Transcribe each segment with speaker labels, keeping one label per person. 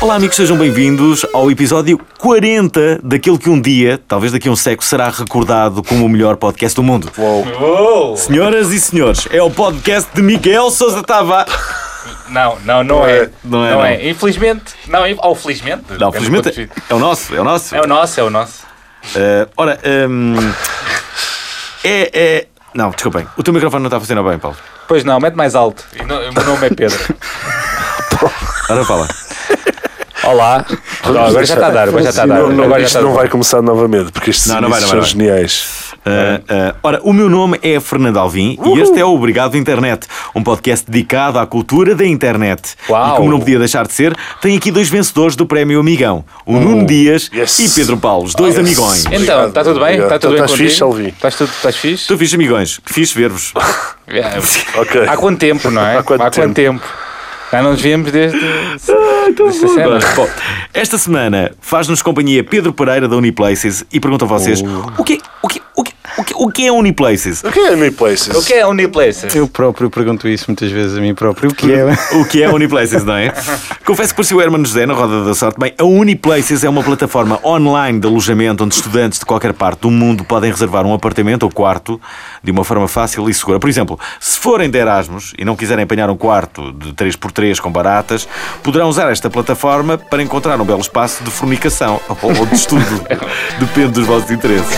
Speaker 1: Olá, amigos, sejam bem-vindos ao episódio 40 daquele que um dia, talvez daqui a um século, será recordado como o melhor podcast do mundo.
Speaker 2: Oh!
Speaker 1: Senhoras e senhores, é o podcast de Miguel Sousa Tavares.
Speaker 2: Não, não, não é.
Speaker 1: Não é,
Speaker 2: Não
Speaker 1: não.
Speaker 2: é. Infelizmente, não, in- ou felizmente.
Speaker 1: Não,
Speaker 2: depende de
Speaker 1: felizmente
Speaker 2: quantos-
Speaker 1: é o nosso, é o nosso.
Speaker 2: É o nosso, é o nosso.
Speaker 1: Eh, ora, hum, é, é. Não, desculpem, o teu microfone não está a funcionar bem, Paulo.
Speaker 2: Pois não, mete mais alto. E não- O meu nome é Pedro.
Speaker 1: Ora, fala.
Speaker 2: Olá. Não, agora já está a dar, agora já está a dar.
Speaker 3: Não, não,
Speaker 2: Agora já
Speaker 3: isto
Speaker 2: está a
Speaker 3: não
Speaker 2: dar.
Speaker 3: vai começar novamente, porque estes
Speaker 1: Não, não vai,
Speaker 3: serviços
Speaker 1: não vai,
Speaker 3: são geniais.
Speaker 1: Uh, uh, ora, o meu nome é Fernando Alvim e este é o Obrigado Internet, um podcast dedicado à cultura da internet.
Speaker 2: Uau.
Speaker 1: E como não podia deixar de ser, tem aqui dois vencedores do Prémio Amigão, o Nuno Dias
Speaker 3: yes.
Speaker 1: e Pedro Paulo, os dois
Speaker 3: yes.
Speaker 1: amigões.
Speaker 3: Obrigado,
Speaker 2: Então, está tudo bem?
Speaker 3: obrigado.
Speaker 2: Está tudo bem
Speaker 3: Estás
Speaker 2: contigo?
Speaker 3: fixe, Alvi?
Speaker 2: Estás tudo, estás fixe?
Speaker 1: Estou fixe, amigões. Fixe ver-vos.
Speaker 2: É.
Speaker 3: Ok.
Speaker 2: Há quanto tempo, não é?
Speaker 3: Há quanto
Speaker 2: tempo? Já não nos vemos desde... Desta cena.
Speaker 1: Bom, esta semana faz-nos companhia Pedro Pereira da Uniplaces e pergunta a vocês o, que, é, o, que, o, que, o, que, o que é Uniplaces?
Speaker 3: O que é New Places?
Speaker 2: O que é Uniplaces?
Speaker 4: Eu próprio pergunto isso muitas vezes a mim próprio. O que é?
Speaker 1: O que é a Uniplaces, não é? Confesso que parecia o Hermano José na Roda da Sorte. Bem, a Uniplaces é uma plataforma online de alojamento onde estudantes de qualquer parte do mundo podem reservar um apartamento ou quarto de uma forma fácil e segura. Por exemplo, se forem de Erasmus e não quiserem apanhar um quarto de 3x3 com baratas, poderão usar esta plataforma para encontrar um belo espaço de fornicação ou de estudo. Depende dos vossos interesses.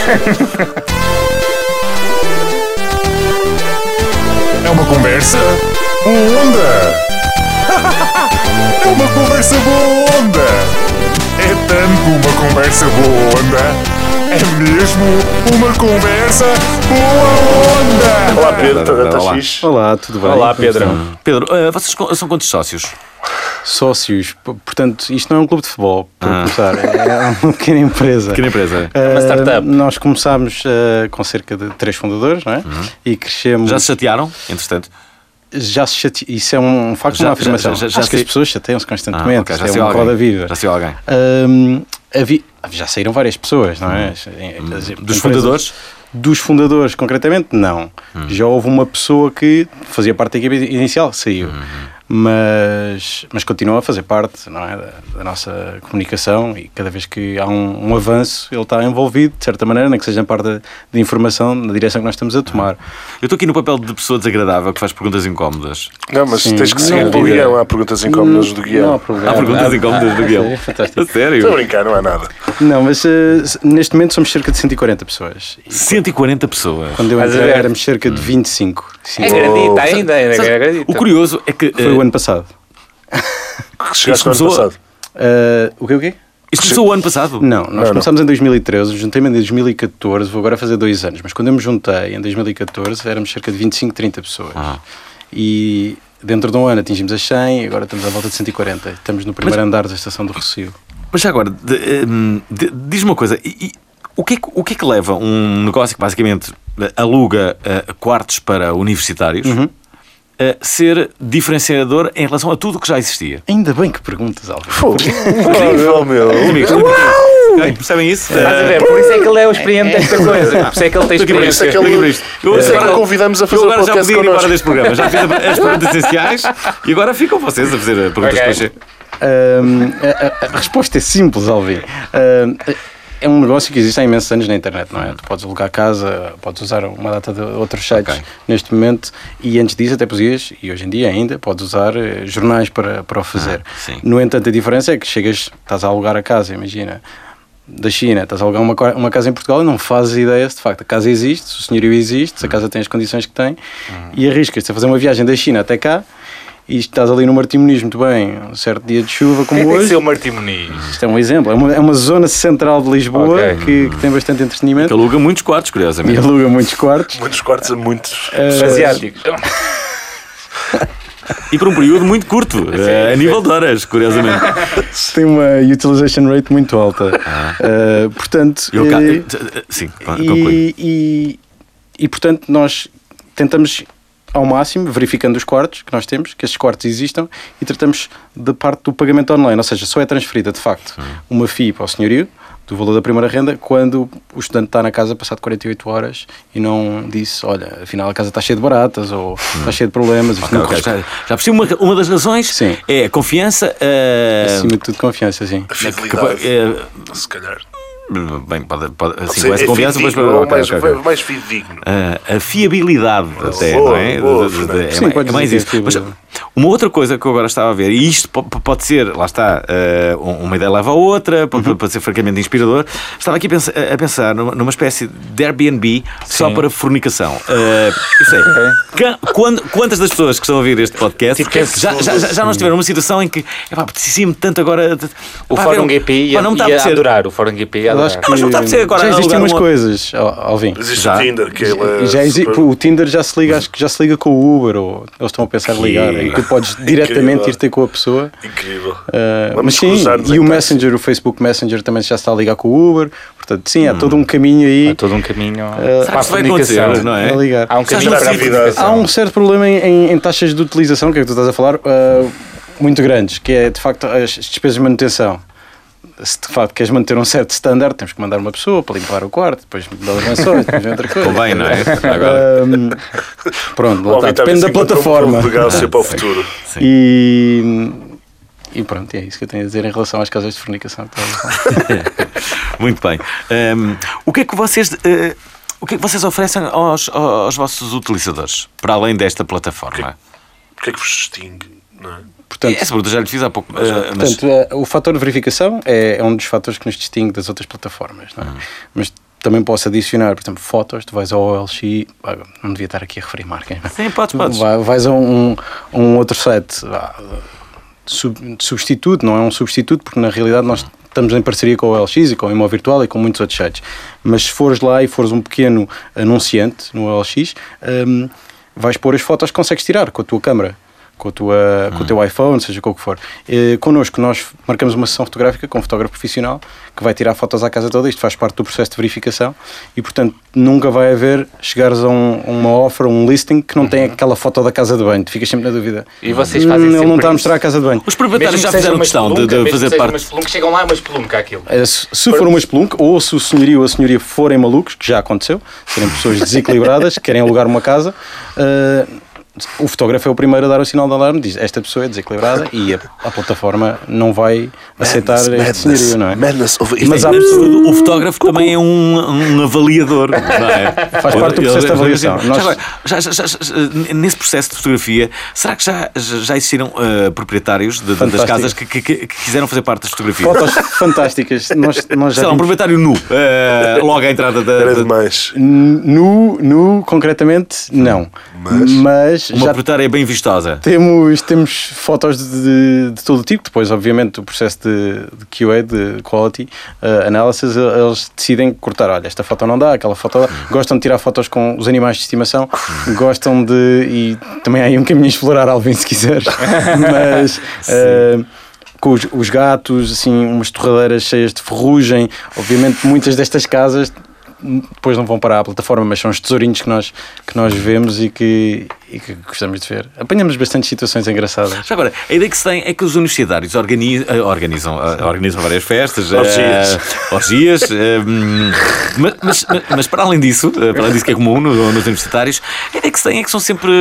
Speaker 5: É uma conversa boa onda. É uma conversa boa onda. É tanto uma conversa boa onda. É mesmo uma conversa boa onda.
Speaker 3: Olá, Pedro,
Speaker 1: Olá.
Speaker 3: estás fixe?
Speaker 4: Olá, tudo bem?
Speaker 2: Olá, Pedro.
Speaker 1: Pedro, eh, vocês co- são quantos sócios?
Speaker 4: Sócios. P- Portanto, isto não é um clube de futebol, para começar. É uma pequena empresa.
Speaker 1: Ah. Pequena empresa.
Speaker 4: É
Speaker 2: uma startup.
Speaker 4: nós começámos eh, com cerca de três fundadores, não é? E crescemos.
Speaker 1: Uhum. Já se chatearam, entretanto?
Speaker 4: já se chate... Isso é um facto,
Speaker 1: Já-
Speaker 4: uma afirmação.
Speaker 1: já- já- já
Speaker 4: Acho que
Speaker 1: se-
Speaker 4: as pessoas chateiam-se constantemente.
Speaker 1: Ah, ok, já
Speaker 4: Isto
Speaker 1: saiu
Speaker 4: é uma
Speaker 1: alguém.
Speaker 4: roda viva.
Speaker 1: Já saiu alguém.
Speaker 4: Ahm, havi- Já saíram várias pessoas, não é? As-
Speaker 1: Uhum. Dos
Speaker 4: empresas-
Speaker 1: fundadores?
Speaker 4: Dos fundadores, concretamente, não.
Speaker 1: Hum.
Speaker 4: Já houve uma pessoa que fazia parte da equipe inicial,
Speaker 1: Hum,
Speaker 4: saiu. Mas, mas continua a fazer parte não é, da, da nossa comunicação e cada vez que há um, um avanço, ele está envolvido, de certa maneira, nem que seja em parte da- da informação, na direção que nós estamos a tomar.
Speaker 1: Eu estou aqui no papel de pessoa desagradável que faz perguntas incómodas.
Speaker 3: Não, mas
Speaker 4: Sim.
Speaker 3: tens que seguir
Speaker 4: Não,
Speaker 3: pelo
Speaker 4: vida.
Speaker 3: guião. Há perguntas incómodas É do
Speaker 4: Não
Speaker 3: guião.
Speaker 4: há problema.
Speaker 1: Há perguntas
Speaker 4: Ah,
Speaker 1: incómodas do Guilherme.
Speaker 4: é fantástico.
Speaker 1: A
Speaker 3: Estou a
Speaker 1: sério?
Speaker 3: brincar, não há nada.
Speaker 4: Não, mas eh, s- neste momento somos cerca de 140 pessoas.
Speaker 1: 140 pessoas.
Speaker 4: Quando eu
Speaker 2: Estás a
Speaker 4: entrei
Speaker 1: eh,
Speaker 2: ver?
Speaker 4: éramos cerca
Speaker 1: hum.
Speaker 4: de 25. Sim,
Speaker 2: É Acredita ainda,
Speaker 1: Sabe,
Speaker 2: ainda acredita.
Speaker 1: o curioso é que
Speaker 4: né, Foi
Speaker 1: eh,
Speaker 4: o ano passado.
Speaker 3: Que Chegaste no ano
Speaker 1: começou-
Speaker 3: passado.
Speaker 4: Eh, o que o quê?
Speaker 1: isto começou o ano passado.
Speaker 4: Não, nós
Speaker 3: não.
Speaker 4: começámos em 2013, juntei-me em 2014, vou agora fazer dois anos, mas quando eu me juntei em 2014 éramos cerca de 25, 30 pessoas.
Speaker 1: Ah.
Speaker 4: E dentro de um ano atingimos as 100 e agora estamos à volta de 140. Estamos no primeiro andar da estação do Rocio.
Speaker 1: Mas já agora, de- ehm, de- diz-me uma coisa. e- e o, que é que, o que é que leva um negócio que basicamente eh, aluga eh, quartos para universitários
Speaker 4: Uhum.
Speaker 1: a ser diferenciador em relação a tudo o que já existia?
Speaker 4: Ainda bem que perguntas, Alves.
Speaker 3: Pô, incrível, meu.
Speaker 1: Amigos, ok, percebem isso?
Speaker 2: Estás a ver? Por isso é que ele é o experiente desta coisa. Por isso é que ele tem
Speaker 1: Por
Speaker 3: Isso
Speaker 2: experiência.
Speaker 3: é que ele-
Speaker 1: Liga para isto.
Speaker 3: Eu
Speaker 1: Eu
Speaker 3: sei que
Speaker 1: agora-
Speaker 3: o convidamos a
Speaker 1: Eu
Speaker 3: fazer o
Speaker 1: agora já podia
Speaker 3: podcast
Speaker 1: ir embora
Speaker 3: connosco.
Speaker 1: deste programa. Já fiz a- as perguntas essenciais e agora ficam vocês a fazer a perguntas
Speaker 2: Ok.
Speaker 1: okay. clichê.
Speaker 4: Ahm, a, a- a resposta é simples, Alvin. Ahm, é um negócio que existe há imensos anos na internet, não é? Tu podes alugar casa, podes usar uma data de outros sites
Speaker 1: Ok.
Speaker 4: neste momento e antes disso até podias, e hoje em dia ainda, podes usar eh, jornais para, para o fazer.
Speaker 1: Ah, sim.
Speaker 4: no entanto, a diferença é que chegas, estás a alugar a casa, imagina, da China, estás a alugar uma, co- uma casa em Portugal e não fazes ideia se de facto a casa existe, se o senhorio existe, se a casa tem as condições que tem e arriscas-te a fazer uma viagem da China até cá E estás ali no Martim Muniz muito bem, um certo dia de chuva como
Speaker 2: Quem tem que
Speaker 4: hoje.
Speaker 2: ser o Martim Muniz?
Speaker 4: Isto é um exemplo, é uma, é uma zona central de Lisboa
Speaker 2: Ok.
Speaker 4: que, que tem bastante
Speaker 1: Que
Speaker 4: entretenimento
Speaker 1: aluga muitos quartos,
Speaker 4: e
Speaker 1: curiosamente.
Speaker 4: aluga muitos quartos.
Speaker 3: Muitos quartos a muitos.
Speaker 4: É,
Speaker 2: Asiático.
Speaker 1: E por um período muito curto, eh, a
Speaker 2: sim.
Speaker 1: nível de horas, curiosamente.
Speaker 4: Eh, Tem uma utilization rate muito alta. Eh, portanto,
Speaker 1: Eu ca-
Speaker 4: eh,
Speaker 1: Sim, Ah, conclui.
Speaker 4: e, e, e, portanto nós tentamos ao máximo, verificando os quartos que nós temos, que esses quartos existam, e tratamos da parte do pagamento online, ou seja, só é transferida de facto uma FII para o senhorio do valor da primeira renda quando o estudante está na casa passado 48 horas e não disse, olha, afinal a casa está cheia de baratas ou está cheia de problemas, isto
Speaker 1: Ok,
Speaker 4: não
Speaker 1: ok,
Speaker 4: corresponde.
Speaker 1: já, já percebi uma, uma das razões
Speaker 4: Sim.
Speaker 1: é a confiança. eh,
Speaker 4: Acima de tudo, confiança, sim.
Speaker 3: A
Speaker 1: na-
Speaker 3: fidelidade,
Speaker 4: é,
Speaker 1: eh,
Speaker 3: se calhar.
Speaker 1: Bem, pode, pode, assim,
Speaker 3: Sim,
Speaker 1: começa
Speaker 3: é
Speaker 1: com confiança, mas.
Speaker 3: fidedigno,
Speaker 1: ok,
Speaker 3: mais,
Speaker 1: ok, ok.
Speaker 3: mais fidedigno.
Speaker 4: É,
Speaker 1: Ah, a fiabilidade até,
Speaker 3: boa,
Speaker 1: não é?
Speaker 3: boa,
Speaker 1: De- de- de-
Speaker 3: Fernando.
Speaker 1: é
Speaker 4: Sim,
Speaker 1: mais-
Speaker 4: pode
Speaker 1: é mais
Speaker 4: dizer
Speaker 1: isso.
Speaker 4: que é
Speaker 1: Mas
Speaker 4: fiabilidade.
Speaker 1: uma outra coisa que eu agora estava a ver, e isto po- po- pode ser, lá está, ah, um- uma ideia leva a outra, pode, pode ser francamente inspirador. Estava aqui a pensa- a pensar numa, numa espécie de Airbnb só
Speaker 2: Sim.
Speaker 1: para fornicação. Ah, eu sei, Ca- quando- quantas das pessoas que estão a ouvir este podcast
Speaker 2: Tipo, quinze
Speaker 1: já, já, já, já não estiveram numa situação em que, epá, apetecia-me tanto agora. de-
Speaker 2: O
Speaker 1: pá,
Speaker 2: Fórum
Speaker 1: ver- um
Speaker 2: GP
Speaker 1: pá, não me está a
Speaker 2: ia, ia
Speaker 1: apetecer.
Speaker 2: adorar. O Fórum GP ia
Speaker 4: Eu
Speaker 2: adorar.
Speaker 4: acho que
Speaker 1: mas não está a precisar agora
Speaker 4: já existem
Speaker 1: alugar
Speaker 4: umas
Speaker 1: um-
Speaker 4: coisas, Al- Alvin.
Speaker 3: Existe
Speaker 1: Já.
Speaker 3: o Tinder, que ele é.
Speaker 4: Já exi-
Speaker 3: super-
Speaker 4: O Tinder já se liga, acho que já se liga com o Uber, ou eles estão a pensar em
Speaker 1: Que-
Speaker 4: ligar, e tu podes diretamente ir ter com a pessoa.
Speaker 3: Incrível.
Speaker 4: Ah,
Speaker 3: Vamos
Speaker 4: mas sim,
Speaker 3: cruzar-nos então.
Speaker 4: e
Speaker 3: em
Speaker 4: o
Speaker 3: táxi.
Speaker 4: Messenger, o Facebook Messenger também já está a ligar com o Uber, portanto, sim, há todo um caminho aí
Speaker 2: Há todo um caminho
Speaker 1: Será Eh, que isso vai
Speaker 2: comunicação.
Speaker 1: acontecer, não é?
Speaker 4: a ligar.
Speaker 2: Há um caminho
Speaker 1: Será que
Speaker 2: para a
Speaker 3: isso vai acontecer?
Speaker 2: comunicação.
Speaker 4: Há um certo problema em, em- em taxas de utilização, que é que tu estás a falar, ah, muito grandes, que é de facto as despesas de manutenção. Se de facto queres manter um certo standard, tens que mandar uma pessoa para limpar o quarto, depois dar os lençóis, depois vem outra coisa.
Speaker 1: Convém, não é? Agora.
Speaker 4: Ahm, hum, pronto, lá
Speaker 3: Bom,
Speaker 4: está.
Speaker 3: então,
Speaker 4: depende
Speaker 3: isso
Speaker 4: da
Speaker 3: encontrou um
Speaker 4: plataforma.
Speaker 3: ponto Legal ser para o futuro.
Speaker 4: E, e pronto, é isso que eu tenho a dizer em relação às casas de fornicação. que estava a falar.
Speaker 1: Muito bem. Ahm, o que é que vocês. eh, o que é que vocês oferecem aos, aos vossos utilizadores, para além desta plataforma?
Speaker 3: Porquê é que vos distingue? Não é?
Speaker 4: Portanto,
Speaker 1: Essa pergunta já lhe fiz há pouco. eh, mas
Speaker 4: portanto eh, o fator de verificação é, é um dos fatores que nos distingue das outras plataformas. não é? Mas também posso adicionar, por exemplo, fotos, tu vais ao OLX, ah, não devia estar aqui a referir marcas, não é?
Speaker 1: Sim, podes, podes.
Speaker 4: Vai- vais a um, a um outro site ah, sub- substituto, não é um substituto, porque na realidade nós estamos em parceria com o LX e com o Imó Virtual e com muitos outros sites. Mas se fores lá e fores um pequeno anunciante no LX, hum, vais pôr as fotos que consegues tirar com a tua câmera. Com, a tua, com o teu iPhone, seja com o que for. Eh, connosco, nós marcamos uma sessão fotográfica com um fotógrafo profissional que vai tirar fotos à casa toda. Isto faz parte do processo de verificação e, portanto, nunca vai haver chegares a um- uma offer, um listing que não tem aquela foto da casa de banho. Tu ficas sempre na dúvida.
Speaker 2: Uhum. E vocês fazem
Speaker 4: Hum, Ele
Speaker 2: sempre
Speaker 4: não está a
Speaker 2: isso?
Speaker 4: mostrar a casa de banho.
Speaker 1: os proprietários já fizeram questão de, de fazer parte.
Speaker 2: chegam lá, é uma espelunca aquilo.
Speaker 4: Eh, Se se for uma espelunca, ou se o senhorio ou a senhoria forem malucos, que já aconteceu, serem pessoas desequilibradas, que querem alugar uma casa, eh, o fotógrafo é o primeiro a dar o sinal de alarme, diz esta pessoa é desequilibrada e a, a plataforma não vai aceitar este senhorio, não é?
Speaker 3: Madness over
Speaker 4: Mas há-
Speaker 1: O fotógrafo também é um, um avaliador, não é?
Speaker 4: Faz parte do processo de avaliação.
Speaker 1: Já
Speaker 4: Nós-
Speaker 1: agora, já- já- já- já- nesse processo de fotografia, será que já, já já existiram eh, proprietários de- das
Speaker 4: Fantástico.
Speaker 1: casas que, que- que- que quiseram fazer parte das fotografias?
Speaker 4: Fotos fantásticas. Nós, nós já
Speaker 1: Sei lá, um
Speaker 4: vimos-
Speaker 1: proprietário nu, eh, logo à entrada da-
Speaker 3: Era
Speaker 1: da,
Speaker 3: é demais.
Speaker 4: N- nu, nu, concretamente, não. Mas,
Speaker 1: Uma
Speaker 4: já
Speaker 1: proprietária bem vistosa.
Speaker 4: Temos, temos fotos de, de- de todo o tipo, depois, obviamente, o processo de, de QA, de Quality eh, Analysis, eh, eles decidem cortar. Olha, esta foto não dá, aquela foto dá. Gostam de tirar fotos com os animais de estimação, gostam de. E também há aí um caminho a explorar, Alvin, se quiseres. Mas. eh, com os, os gatos, assim, umas torradeiras cheias de ferrugem. Obviamente, muitas destas casas depois não vão para a plataforma, mas são os tesourinhos que nós, que nós vemos e que, e que gostamos de ver. Apanhamos bastante situações engraçadas.
Speaker 1: Já agora, a ideia que se tem é que os universitários organi- eh, organizam, eh, organizam várias festas, eh,
Speaker 3: Orgias.
Speaker 1: orgias, eh, hum, mas, mas- mas para além disso, eh, para além disso que é comum no- nos universitários, a ideia que se tem é que são sempre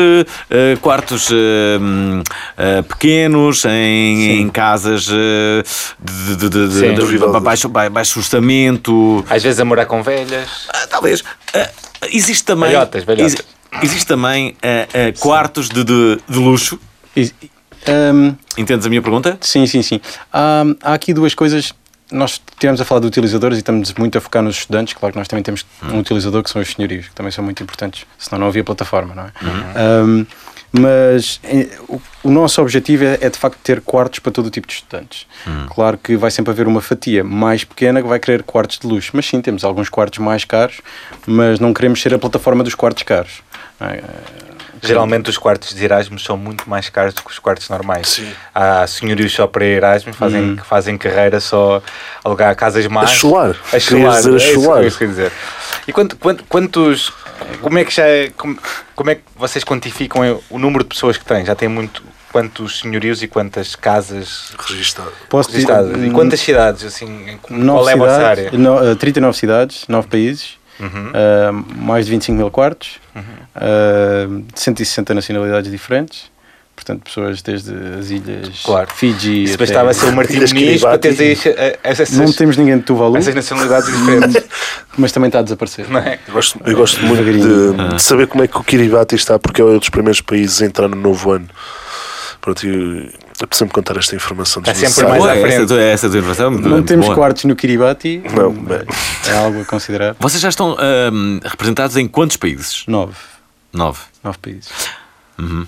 Speaker 1: eh, quartos eh, hum, eh, pequenos, em, em casas eh, de, de, de- de-
Speaker 2: Sim.
Speaker 1: de-
Speaker 3: Duvidosas.
Speaker 1: baixo, ba- baixo orçamento,
Speaker 2: Às vezes a morar com velhas.
Speaker 1: Ah, talvez. Ah, existe também.
Speaker 2: Velhotas, velhotas.
Speaker 1: exi- existe também ah, ah, quartos de, de- de luxo.
Speaker 4: E- e- hum,
Speaker 1: Entendes a minha pergunta?
Speaker 4: sim, sim, sim. Há, há aqui duas coisas. Nós estivemos a falar de utilizadores e estamos muito a focar nos estudantes. Claro que nós também temos um utilizador que são os senhorios, que também são muito importantes, senão não havia plataforma, não é? Hum, Mas eh, o, o nosso objetivo é, é, de facto ter quartos para todo o tipo de estudantes. Claro que vai sempre haver uma fatia mais pequena que vai querer quartos de luxo, mas sim, temos alguns quartos mais caros, mas não queremos ser a plataforma dos quartos caros. não é?
Speaker 2: Geralmente os quartos de Erasmus são muito mais caros do que os quartos normais.
Speaker 3: Sim.
Speaker 2: Há senhorios só para Erasmus, fazem,
Speaker 4: Hum.
Speaker 2: fazem carreira só alugar casas mais.
Speaker 3: A chular.
Speaker 2: A chular.
Speaker 3: Querias dizer a
Speaker 2: é isso-
Speaker 3: chular.
Speaker 2: é isso que eu ia dizer. E quanto, quanto- quantos. Como é que já. é- Como, como é que vocês quantificam o número de pessoas que têm? Já tem muito. Quantos senhorios e quantas casas
Speaker 3: Registado.
Speaker 4: Posso dizer- hum,
Speaker 2: registadas? E quantas cidades? Assim, em- qual
Speaker 4: Nove
Speaker 2: é a vossa
Speaker 4: cidades,
Speaker 2: área? Uhum.
Speaker 4: no- eh, 39 cidades, 9 países, eh, mais de 25 mil quartos, eh, 160 nacionalidades diferentes, portanto, pessoas desde as ilhas
Speaker 2: Claro.
Speaker 4: Fiji.
Speaker 2: Se
Speaker 4: até-
Speaker 2: bastava ser o Martim
Speaker 3: Ilhas
Speaker 2: Muniz para
Speaker 3: Kiribati.
Speaker 2: teres aí eh, essas,
Speaker 4: Não Hum. temos ninguém de Tuvalu,
Speaker 2: essas nacionalidades diferentes,
Speaker 4: mas também está a desaparecer.
Speaker 2: não é?
Speaker 3: Eu gosto, eu gosto muito de,
Speaker 4: Ah.
Speaker 3: de saber como é que o Kiribati está, porque é um dos primeiros países a entrar no novo ano. Pronto, eu, eu preciso-me contar esta informação
Speaker 2: Está É sempre
Speaker 3: desnecessária.
Speaker 2: mais
Speaker 1: Boa,
Speaker 2: à frente.
Speaker 1: Essa, tua- essa tua informação é muito-
Speaker 4: Não
Speaker 1: muito
Speaker 4: temos
Speaker 1: boa.
Speaker 4: quartos no Kiribati,
Speaker 3: Não,
Speaker 4: mas é algo a considerar.
Speaker 1: Vocês já estão ahm, representados em quantos países?
Speaker 4: 9,
Speaker 1: Nove.
Speaker 4: 9 países.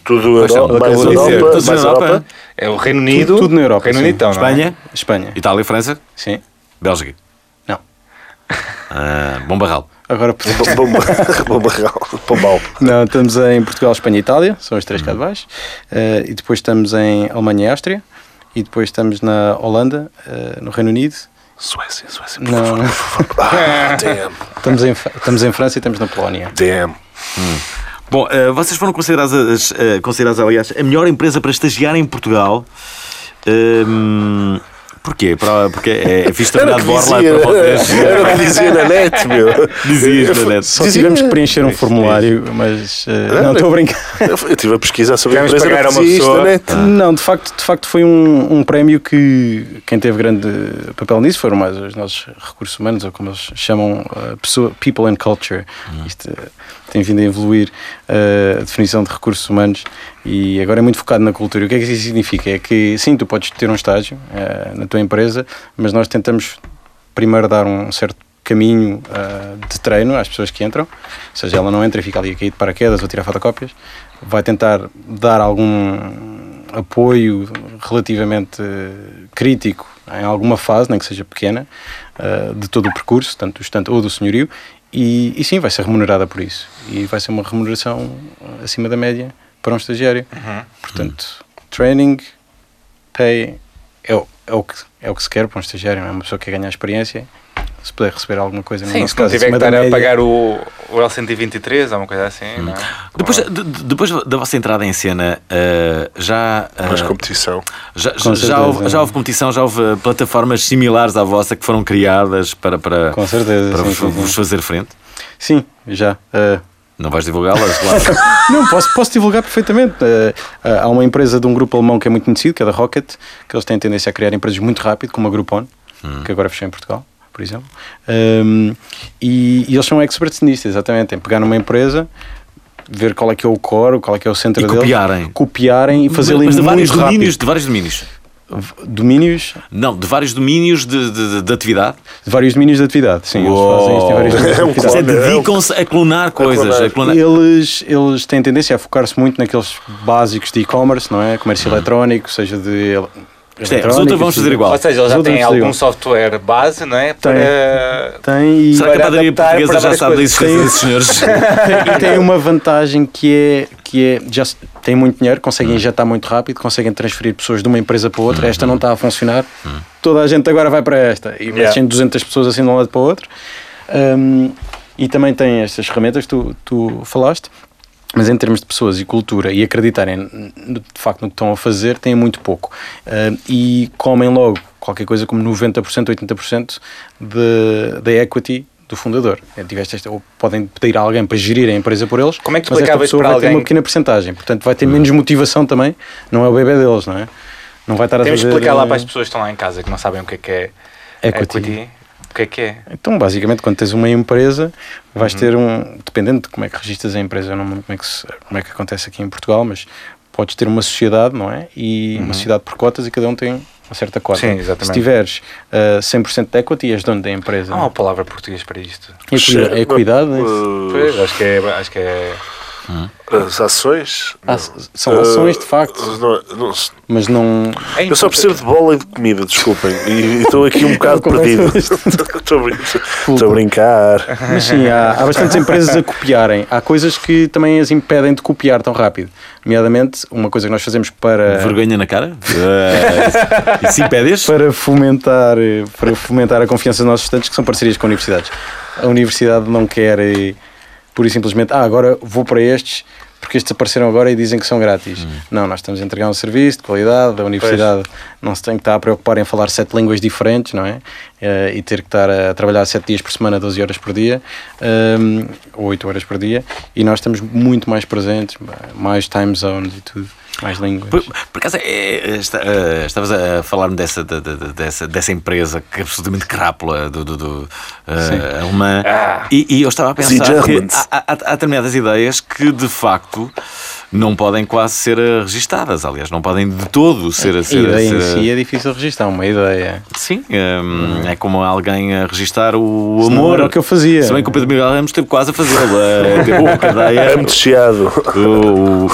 Speaker 3: Tudo
Speaker 1: Pois é,
Speaker 3: Euro-
Speaker 1: não,
Speaker 3: mais
Speaker 4: acabou de
Speaker 3: Europa,
Speaker 4: dizer.
Speaker 1: Todos
Speaker 3: mais
Speaker 1: na Europa?
Speaker 3: Europa.
Speaker 2: É o Reino Unido.
Speaker 4: tudo na Europa,
Speaker 2: Reino
Speaker 4: sim.
Speaker 2: Unido, então, não é?
Speaker 1: Espanha,
Speaker 4: Espanha,
Speaker 1: Itália, França,
Speaker 4: sim?
Speaker 1: Bélgica.
Speaker 4: Não.
Speaker 1: Ah, bom barral.
Speaker 4: Agora podemos.
Speaker 3: Bomba- Bomba Real. Pombal.
Speaker 4: Não, estamos em Portugal, Espanha e Itália, são as três cá de baixo. Eh, e depois estamos em Alemanha e Áustria. E depois estamos na Holanda, eh, no Reino Unido.
Speaker 3: Suécia, Suécia. por
Speaker 4: Não,
Speaker 3: favor. Ah, damn,
Speaker 4: estamos em, Fra- estamos em França e estamos na Polónia.
Speaker 3: damn.
Speaker 1: Bom, ah, vocês foram consideradas, as, ah, consideradas, aliás, a melhor empresa para estagiar em Portugal. Ahm, porquê? Para- porque é, é fixe
Speaker 3: Era
Speaker 1: trabalhar
Speaker 3: o
Speaker 1: de
Speaker 3: que
Speaker 1: borla
Speaker 3: dizia,
Speaker 1: para vocês.
Speaker 3: era o que dizia na net, meu.
Speaker 1: Dizias, na net.
Speaker 4: Só tivemos que preencher um formulário, mas eh, não estou a brincar. Ah.
Speaker 3: Eu eu estive a pesquisar sobre a
Speaker 2: Tivemos
Speaker 3: empresa
Speaker 2: que pagar
Speaker 3: era
Speaker 2: a uma
Speaker 3: dizia isto né?
Speaker 2: pessoa.
Speaker 3: na net.
Speaker 4: Não, de facto, de facto foi um, um prémio que quem teve grande papel nisso foram mais os nossos recursos humanos, ou como eles chamam, eh, pessoa- people and culture. Isto eh, tem vindo a evoluir eh, a definição de recursos humanos e agora é muito focado na cultura. E o que é que isso significa? É que sim, tu podes ter um estágio eh, na tua empresa, mas nós tentamos primeiro dar um certo caminho ah, de treino às pessoas que entram, ou seja, ela não entra e fica ali a cair de paraquedas ou tirar fotocópias, vai tentar dar algum apoio relativamente eh, crítico em alguma fase, nem que seja pequena, ah, de todo o percurso, tanto do estudante ou do senhorio, e, e sim, vai ser remunerada por isso. E vai ser uma remuneração eh, acima da média para um estagiário.
Speaker 2: Uhum.
Speaker 4: Portanto, training, pay é o, é, o que, é o que se quer para um estagiário, não é uma pessoa que quer ganhar experiência, se puder receber alguma coisa, no
Speaker 2: Sim,
Speaker 4: nosso
Speaker 2: se não
Speaker 4: caso,
Speaker 2: tiver que
Speaker 4: acima da
Speaker 2: estar a
Speaker 4: média.
Speaker 2: pagar o, o L123 ou uma coisa assim, não é?
Speaker 1: Depois, de- de- depois da vossa entrada em cena, ah, já, ah,
Speaker 3: Mas competição.
Speaker 1: já, já,
Speaker 4: Com certeza.
Speaker 1: houve, já houve competição, já houve eh, plataformas similares à vossa que foram criadas para, para,
Speaker 4: Com certeza,
Speaker 1: para
Speaker 4: sim,
Speaker 1: vos,
Speaker 4: sim, sim.
Speaker 1: vos fazer frente?
Speaker 4: Sim, já. ah,
Speaker 1: Não vais divulgá-las, claro.
Speaker 4: Não, posso, posso divulgar perfeitamente. Eh, ah, há uma empresa de um grupo alemão que é muito conhecido, que é da Rocket, que eles têm tendência a criar empresas muito rápido, como a Groupon,
Speaker 1: Hum.
Speaker 4: que agora fechou em Portugal, por exemplo. Ahm, e, e eles são experts nisto, exatamente, em pegar numa empresa, ver qual é que é o core, qual é que é o centro
Speaker 1: E
Speaker 4: deles,
Speaker 1: copiarem.
Speaker 4: copiarem e fazê-lo
Speaker 1: Mas
Speaker 4: muito
Speaker 1: de vários,
Speaker 4: rápido.
Speaker 1: domínios, de vários domínios.
Speaker 4: V- Domínios,
Speaker 1: Não, de vários domínios de, de- de- de atividade.
Speaker 4: vários domínios de atividade, sim, eles fazem isto em vários domínios de
Speaker 3: É um
Speaker 4: atividade.
Speaker 1: Vocês
Speaker 3: Clone, é o-
Speaker 1: dedicam-se a clonar coisas. A clonar.
Speaker 4: Eles, eles têm tendência a focar-se muito naqueles básicos de e-commerce, não é? Comércio eletrónico, seja de. ele-
Speaker 1: Uhum. Isto é,
Speaker 4: eletrónica,
Speaker 1: resulta, vamos fazer
Speaker 4: seja-
Speaker 1: igual.
Speaker 2: Ou seja, eles já
Speaker 4: Os outros
Speaker 2: têm
Speaker 4: não
Speaker 2: algum
Speaker 4: sabiam.
Speaker 2: software base, não é? Para...
Speaker 4: Tem e,
Speaker 1: Será que a
Speaker 2: para
Speaker 1: padaria
Speaker 2: adaptar
Speaker 1: portuguesa
Speaker 2: para
Speaker 1: já
Speaker 2: várias
Speaker 1: sabe da
Speaker 2: coisas.
Speaker 1: existência desses senhores?
Speaker 4: e tem uma vantagem que é. Que é já se- tem muito dinheiro, conseguem
Speaker 1: Uhum.
Speaker 4: injetar muito rápido, conseguem transferir pessoas de uma empresa para outra. Esta não está a funcionar,
Speaker 1: Uhum.
Speaker 4: toda a gente agora vai para esta e
Speaker 2: Yeah.
Speaker 4: mexem 200 pessoas assim de um lado para o outro. Hum, e também tem estas ferramentas que tu, tu falaste, mas em termos de pessoas e cultura e acreditarem no- de facto no que estão a fazer, têm muito pouco. Hum, e comem logo qualquer coisa como 90%, 80% de- da equity do fundador. É, Tiveste esta, ou podem pedir a alguém para gerir a empresa por eles.
Speaker 2: Como é que
Speaker 4: mas esta
Speaker 2: explicavas
Speaker 4: pessoa
Speaker 2: para
Speaker 4: vai ter
Speaker 2: alguém-
Speaker 4: uma pequena porcentagem, portanto vai ter menos motivação também, não é o bebê deles, não é? Não vai estar a
Speaker 2: Temos que
Speaker 4: fazer,
Speaker 2: explicar lá
Speaker 4: eh,
Speaker 2: para as pessoas que estão lá em casa que não sabem o que é que é
Speaker 4: Equity.
Speaker 2: O que é que é?
Speaker 4: Então, basicamente, quando tens uma empresa, vais ter um. Dependendo de como é que registras a empresa, eu não lembro como é que, se- como é que acontece aqui em Portugal, mas podes ter uma sociedade, não é? E uma sociedade por cotas e cada um tem uma certa cota.
Speaker 2: Sim, exatamente.
Speaker 4: Se tiveres ah, 100% de equity, és dono da empresa.
Speaker 2: Há
Speaker 4: não é?
Speaker 2: uma palavra portuguesa para isto.
Speaker 4: Equi- equidade, é isso?
Speaker 3: Uh,
Speaker 2: Pois, acho que é. Acho que é
Speaker 3: As ações?
Speaker 4: Ah,
Speaker 3: Não.
Speaker 4: s- são ações, de facto.
Speaker 3: Ah, não- não-
Speaker 4: Mas não.
Speaker 2: é
Speaker 3: eu só percebo de bola e de comida, desculpem. E estou aqui um bocado
Speaker 4: Não
Speaker 3: perdido.
Speaker 4: compensa
Speaker 3: Estou a brin- estou a brincar.
Speaker 4: Mas sim, há, há bastantes empresas a copiarem. Há coisas que também as impedem de copiar tão rápido. Nomeadamente, uma coisa que nós fazemos para.
Speaker 1: Vergonha na cara? Eh, e se impedes?
Speaker 4: para fomentar, eh, para fomentar a confiança dos nossos estudantes, que são parcerias com universidades. A universidade não quer, eh, pura e simplesmente, ah, agora vou para estes, porque estes apareceram agora e dizem que são grátis. Não, nós estamos a entregar um serviço de qualidade, a universidade não se tem que estar a preocupar em falar sete línguas diferentes, não é? Eh, E ter que estar a trabalhar sete dias por semana, 12 horas por dia, hum, ou 8 horas por dia, e nós estamos muito mais presentes, mais time zones e tudo, mais línguas.
Speaker 1: Por, por acaso, é, é, esta- eh, estavas a falar-me dessa, da- da- da- dessa, dessa empresa que é absolutamente crápula do, do, do, eh, alemã. E, e eu estava a pensar que
Speaker 3: Ah. Germans.
Speaker 1: há, há- há determinadas ideias que, de facto, não podem quase ser eh, registadas. Aliás, não podem de todo ser.
Speaker 4: A
Speaker 1: ser,
Speaker 4: ideia em
Speaker 1: ser-
Speaker 4: si é difícil registrar, uma ideia.
Speaker 1: Sim, hum, é como alguém a registar o
Speaker 4: Se não
Speaker 1: amor.
Speaker 4: era o que eu fazia.
Speaker 1: Se bem que o Pedro Miguel Ramos teve quase a fazê-lo. eh, teve uma cadeia.
Speaker 3: É muito chiado.
Speaker 1: O- o-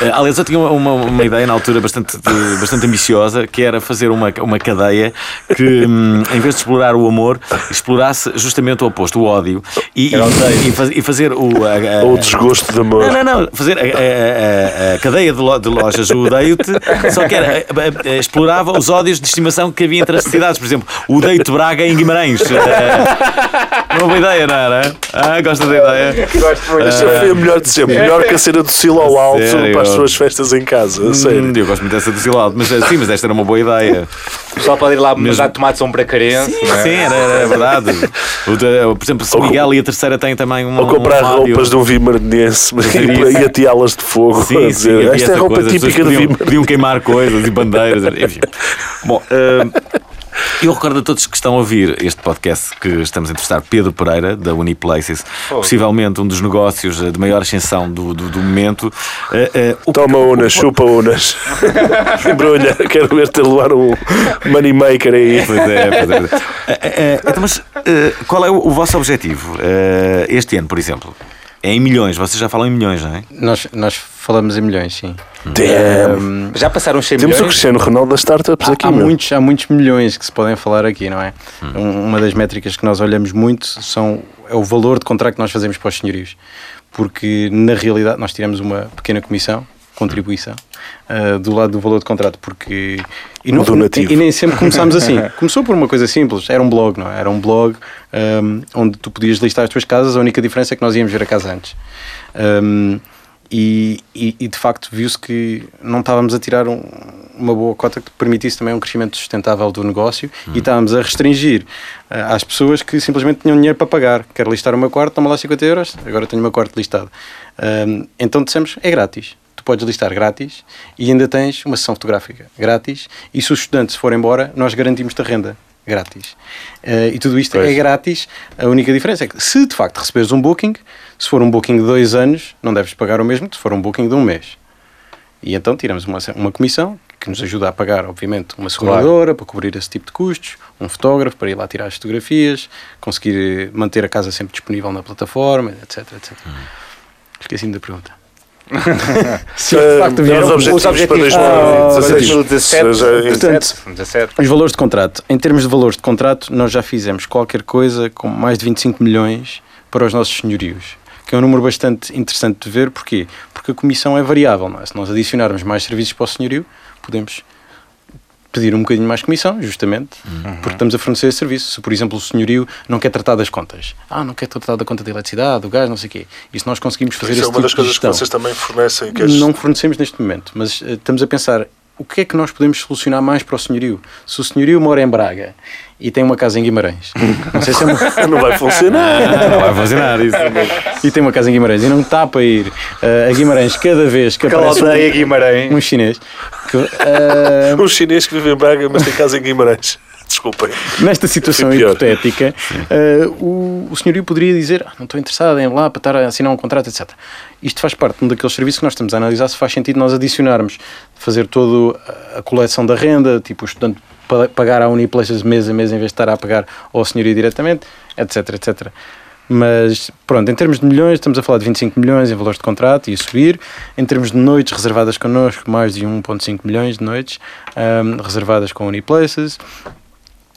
Speaker 1: eh, Aliás, eu tinha uma, uma ideia na altura bastante, eh, bastante ambiciosa, que era fazer uma, uma cadeia que, hum, em vez de explorar o amor, explorasse justamente o oposto, o ódio. E, e- e faz- e fazer o. a- a-
Speaker 3: Ou desgosto de amor.
Speaker 1: não, não, não. Fazer a, a- a- a cadeia de, lo- de lojas, o Odeio-te, só que era, a- a- a- explorava os ódios de estimação que havia entre as cidades. Por exemplo, o Odeio-te Braga em Guimarães. Eh, Uma boa ideia, não era? Ah, gosta da ideia.
Speaker 3: Esta foi a melhor de sempre. Melhor que a cena do Silo ao alto
Speaker 1: sério?
Speaker 3: para as suas festas em casa. a
Speaker 1: Hum,
Speaker 3: Sério.
Speaker 1: eu gosto muito dessa do Silado, mas eh, sim, mas esta era uma boa ideia.
Speaker 2: O pessoal pode ir lá
Speaker 1: Mesmo.
Speaker 2: mandar tomates a um bracarense.
Speaker 1: Sim,
Speaker 2: não é?
Speaker 1: sim, era, era verdade. O de- eh, por exemplo, São Miguel e a terceira têm também um.
Speaker 3: Ou comprar
Speaker 1: um rádio.
Speaker 3: roupas de um Vimardense e e ateá-las de fogo. a
Speaker 1: Sim, sim,
Speaker 3: dizer,
Speaker 1: havia
Speaker 3: Esta é
Speaker 1: essa
Speaker 3: roupa
Speaker 1: coisa, as pessoas
Speaker 3: típica do
Speaker 1: podiam,
Speaker 3: Vimar.
Speaker 1: podiam queimar coisas e bandeiras, enfim. Bom, hum, eu recordo a todos que estão a ouvir este podcast que estamos a entrevistar Pedro Pereira, da Uniplaces, possivelmente um dos negócios eh, de maior ascensão do, do- do momento. Eh, eh, o-
Speaker 3: Toma unas, chupa unas. Brulha, quero ver te levar um moneymaker aí.
Speaker 1: Pois é, pois é. Eh, eh, então, mas eh, qual é o, o vosso objetivo eh, este ano, por exemplo? É em milhões, vocês já falam em milhões, não é?
Speaker 4: Nós, nós falamos em milhões, sim.
Speaker 3: Damn.
Speaker 4: Hum,
Speaker 2: Já passaram 100
Speaker 3: Temos o
Speaker 2: milhões?
Speaker 3: Cristiano Ronaldo das startups
Speaker 4: há-
Speaker 3: aqui,
Speaker 4: há,
Speaker 3: meu.
Speaker 4: muitos, há muitos milhões que se podem falar aqui, não é? Um- Uma das métricas que nós olhamos muito são, é o valor de contrato que nós fazemos para os senhorios. Porque, na realidade, nós tiramos uma pequena comissão, contribuição, ah, do lado do valor de contrato. Porque. E, não,
Speaker 3: donativo.
Speaker 4: e nem sempre começámos assim. Começou por uma coisa simples, era um blog, não é? Era um blog hum, onde tu podias listar as tuas casas, a única diferença é que nós íamos ver a casa antes. Hum, e, e- e, de facto viu-se que não estávamos a tirar um- uma boa cota que permitisse também um crescimento sustentável do negócio e estávamos a restringir ah, às pessoas que simplesmente tinham dinheiro para pagar. Quero listar o meu quarto, toma lá 50 euros, agora tenho o meu quarto listado. Hum, então dissemos, é grátis. Tu podes listar grátis e ainda tens uma sessão fotográfica grátis. E se os estudantes forem embora, nós garantimos-te a renda grátis. Eh, e tudo isto é grátis. A única diferença é que, se de facto receberes um booking, se for um booking de dois anos, não deves pagar o mesmo que se for um booking de um mês. E então tiramos uma, uma comissão que nos ajuda a pagar, obviamente, uma seguradora para cobrir esse tipo de custos, um fotógrafo para ir lá tirar as fotografias, conseguir eh, manter a casa sempre disponível na plataforma, etc. etc. Esqueci-me da pergunta. Sim, de facto,
Speaker 3: Eram
Speaker 4: vieram-
Speaker 3: os objetivos,
Speaker 2: Ah,
Speaker 3: para 2016.
Speaker 2: 2017,
Speaker 3: Já-
Speaker 2: 17, 17.
Speaker 4: Os valores de contrato. Em termos de valores de contrato, nós já fizemos qualquer coisa com mais de 25 milhões para os nossos senhorios. Que é um número bastante interessante de ver. Porquê? Porque a comissão é variável. Não é? Se nós adicionarmos mais serviços para o senhorio, podemos pedir um bocadinho mais comissão, justamente,
Speaker 3: Uhum.
Speaker 4: porque estamos a fornecer esse serviço. Se, por exemplo, o senhorio não quer tratar das contas. Ah, não quer tratar da conta da eletricidade, do gás, não sei o quê. E se nós conseguimos fazer
Speaker 3: Isso
Speaker 4: esse
Speaker 3: é uma
Speaker 4: tipo
Speaker 3: das
Speaker 4: de
Speaker 3: coisas que
Speaker 4: gestão...
Speaker 3: vocês também fornecem. Que as-
Speaker 4: Não fornecemos neste momento, mas eh, estamos a pensar o que é que nós podemos solucionar mais para o senhorio. Se o senhorio mora em Braga e tem uma casa em Guimarães, não sei se é uma,
Speaker 3: Não vai funcionar.
Speaker 1: Ah, não vai fazer nada isso.
Speaker 4: e tem uma casa em Guimarães e não está para ir eh, a Guimarães cada vez que
Speaker 2: Aquela
Speaker 4: aparece
Speaker 2: aldeia Guimarães.
Speaker 4: um, um chinês. que, eh,
Speaker 3: Um chinês que vive em Braga, mas tem casa em Guimarães. Desculpem.
Speaker 4: nesta situação
Speaker 3: Foi pior.
Speaker 4: hipotética, eh, o, o senhorio poderia dizer "Ah, não estou interessado em ir lá para estar a assinar um contrato, etc. Isto faz parte de um daqueles serviços que nós estamos a analisar se faz sentido nós adicionarmos, fazer toda a coleção da renda, tipo o estudante pa- pagar à Uniplexas mês a mês em vez de estar a pagar ao senhorio diretamente, etc, etc. Mas pronto, em termos de milhões, estamos a falar de 25 milhões em valores de contrato e a subir. Em termos de noites reservadas connosco, mais de 1,5 milhões de noites hum, reservadas com Uniplaces.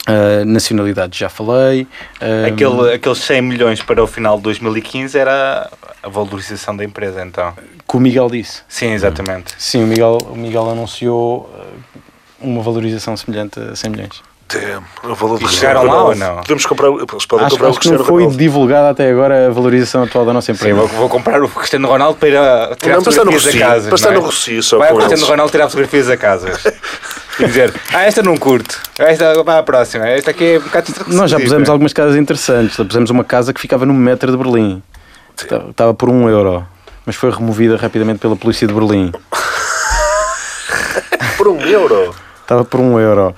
Speaker 4: Ah, nacionalidade já falei. Hum,
Speaker 2: Aquele, aqueles 100 milhões para o final de 2015 era a valorização da empresa, então.
Speaker 4: Que o Miguel disse.
Speaker 2: Sim, exatamente.
Speaker 4: Sim, o Miguel, o Miguel anunciou ah, uma valorização semelhante a 100 milhões.
Speaker 3: Damn, o valor do
Speaker 2: E chegaram lá ou
Speaker 3: Ronaldo.
Speaker 2: não?
Speaker 3: Podemos comprar, o- eles podem
Speaker 4: Acho,
Speaker 3: comprar o
Speaker 4: acho que não
Speaker 3: Cristiano
Speaker 4: foi
Speaker 3: Ronaldo.
Speaker 4: divulgada até agora a valorização atual da
Speaker 2: Sim,
Speaker 4: nossa empresa.
Speaker 2: vou, vou comprar o Cristiano Ronaldo para ir a tirar
Speaker 3: Não, para estar no
Speaker 2: fotografias a
Speaker 3: Rocio,
Speaker 2: casa.
Speaker 3: para estar no Rocio só
Speaker 2: Vai
Speaker 3: com
Speaker 2: o Cristiano
Speaker 3: eles.
Speaker 2: Ronaldo tirar fotografias a casas. E dizer, ah, esta não curto, ah, esta vai à próxima, esta aqui é um bocado
Speaker 4: Nós já pusemos
Speaker 2: esquisita."
Speaker 4: algumas casas interessantes. Já pusemos uma casa que ficava no metro de Berlim. Estava- Estava por um euro. Mas foi removida rapidamente pela polícia de Berlim.
Speaker 3: Por um euro.
Speaker 4: Estava por um euro.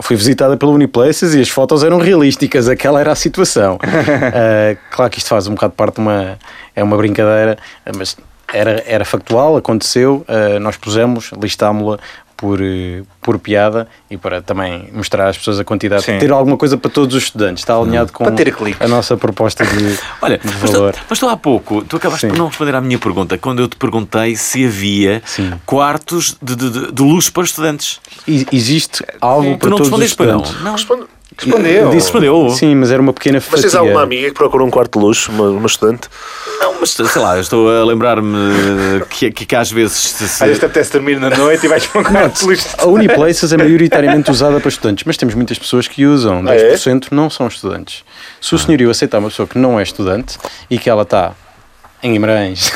Speaker 4: Fui visitada pelo Uniplaces e as fotos eram realísticas. Aquela era a situação. Ah, claro que isto faz um bocado parte de uma... É uma brincadeira, mas era, era factual, aconteceu. ah, nós pusemos, listámo-la por, eh, por piada e para também mostrar às pessoas a quantidade.
Speaker 2: Sim.
Speaker 4: Ter alguma coisa para todos os estudantes. Está alinhado com
Speaker 2: Para ter cliques.
Speaker 4: a nossa proposta de,
Speaker 1: Olha,
Speaker 4: de
Speaker 1: mas tu,
Speaker 4: valor.
Speaker 1: mas tu há pouco, tu acabaste
Speaker 4: Sim.
Speaker 1: por não responder à minha pergunta, quando eu te perguntei se havia
Speaker 4: Sim.
Speaker 1: quartos de, de- de- de luxo para estudantes.
Speaker 4: E- Existe algo
Speaker 1: tu
Speaker 4: para
Speaker 1: não
Speaker 4: todos os
Speaker 1: respondeste para não.
Speaker 4: estudantes.
Speaker 1: não.
Speaker 3: Responde.
Speaker 2: Respondeu.
Speaker 1: Disse, respondeu.
Speaker 4: Sim, mas era uma pequena
Speaker 3: Mas tens
Speaker 4: fatia.
Speaker 3: alguma amiga que procura um quarto de luxo, uma, uma estudante?
Speaker 1: Não, mas sei lá, eu estou a lembrar-me que, que, que às vezes se- se-
Speaker 2: Às vezes te apetece dormir na noite e vais para um quarto de luz.
Speaker 4: A Uniplaces é maioritariamente usada para estudantes, mas temos muitas pessoas que usam. 10% não são estudantes. Se o senhorio aceitar uma pessoa que não é estudante e que ela está em Guimarães,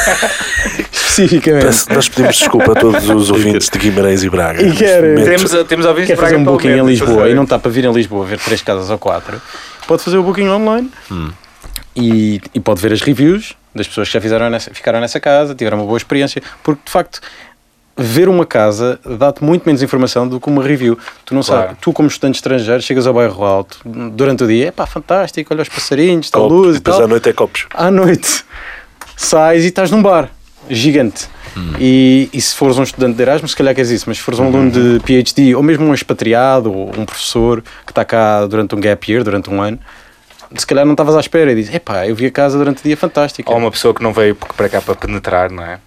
Speaker 4: especificamente,
Speaker 3: Peço- Nós pedimos desculpa a todos os ouvintes de Guimarães e Braga.
Speaker 4: E quero-
Speaker 3: Neste momento.
Speaker 2: Temos, temos ouvido
Speaker 4: quer fazer um booking em Lisboa e não está para vir em Lisboa ver três casas ou quatro, pode fazer o booking online e, e pode ver as reviews das pessoas que já fizeram nessa- ficaram nessa casa, tiveram uma boa experiência, porque de facto ver uma casa dá-te muito menos informação do que uma review. Tu não
Speaker 2: Claro.
Speaker 4: sabes, tu como estudante estrangeiro chegas ao bairro alto durante o dia, é pá, fantástico, olha os passarinhos, está a
Speaker 3: Copos.
Speaker 4: luz e
Speaker 3: Depois
Speaker 4: tal
Speaker 3: à noite é copos.
Speaker 4: à noite sais e estás num bar gigante. E, e se fores um estudante de Erasmus, se calhar queres isso, mas se fores um aluno de PhD ou mesmo um expatriado ou um professor que está cá durante um gap year, durante um ano, se calhar não estavas à espera e dizes: Epá, eu vi a casa durante o dia fantástica.
Speaker 2: Ou uma pessoa que não veio para cá para penetrar, não é?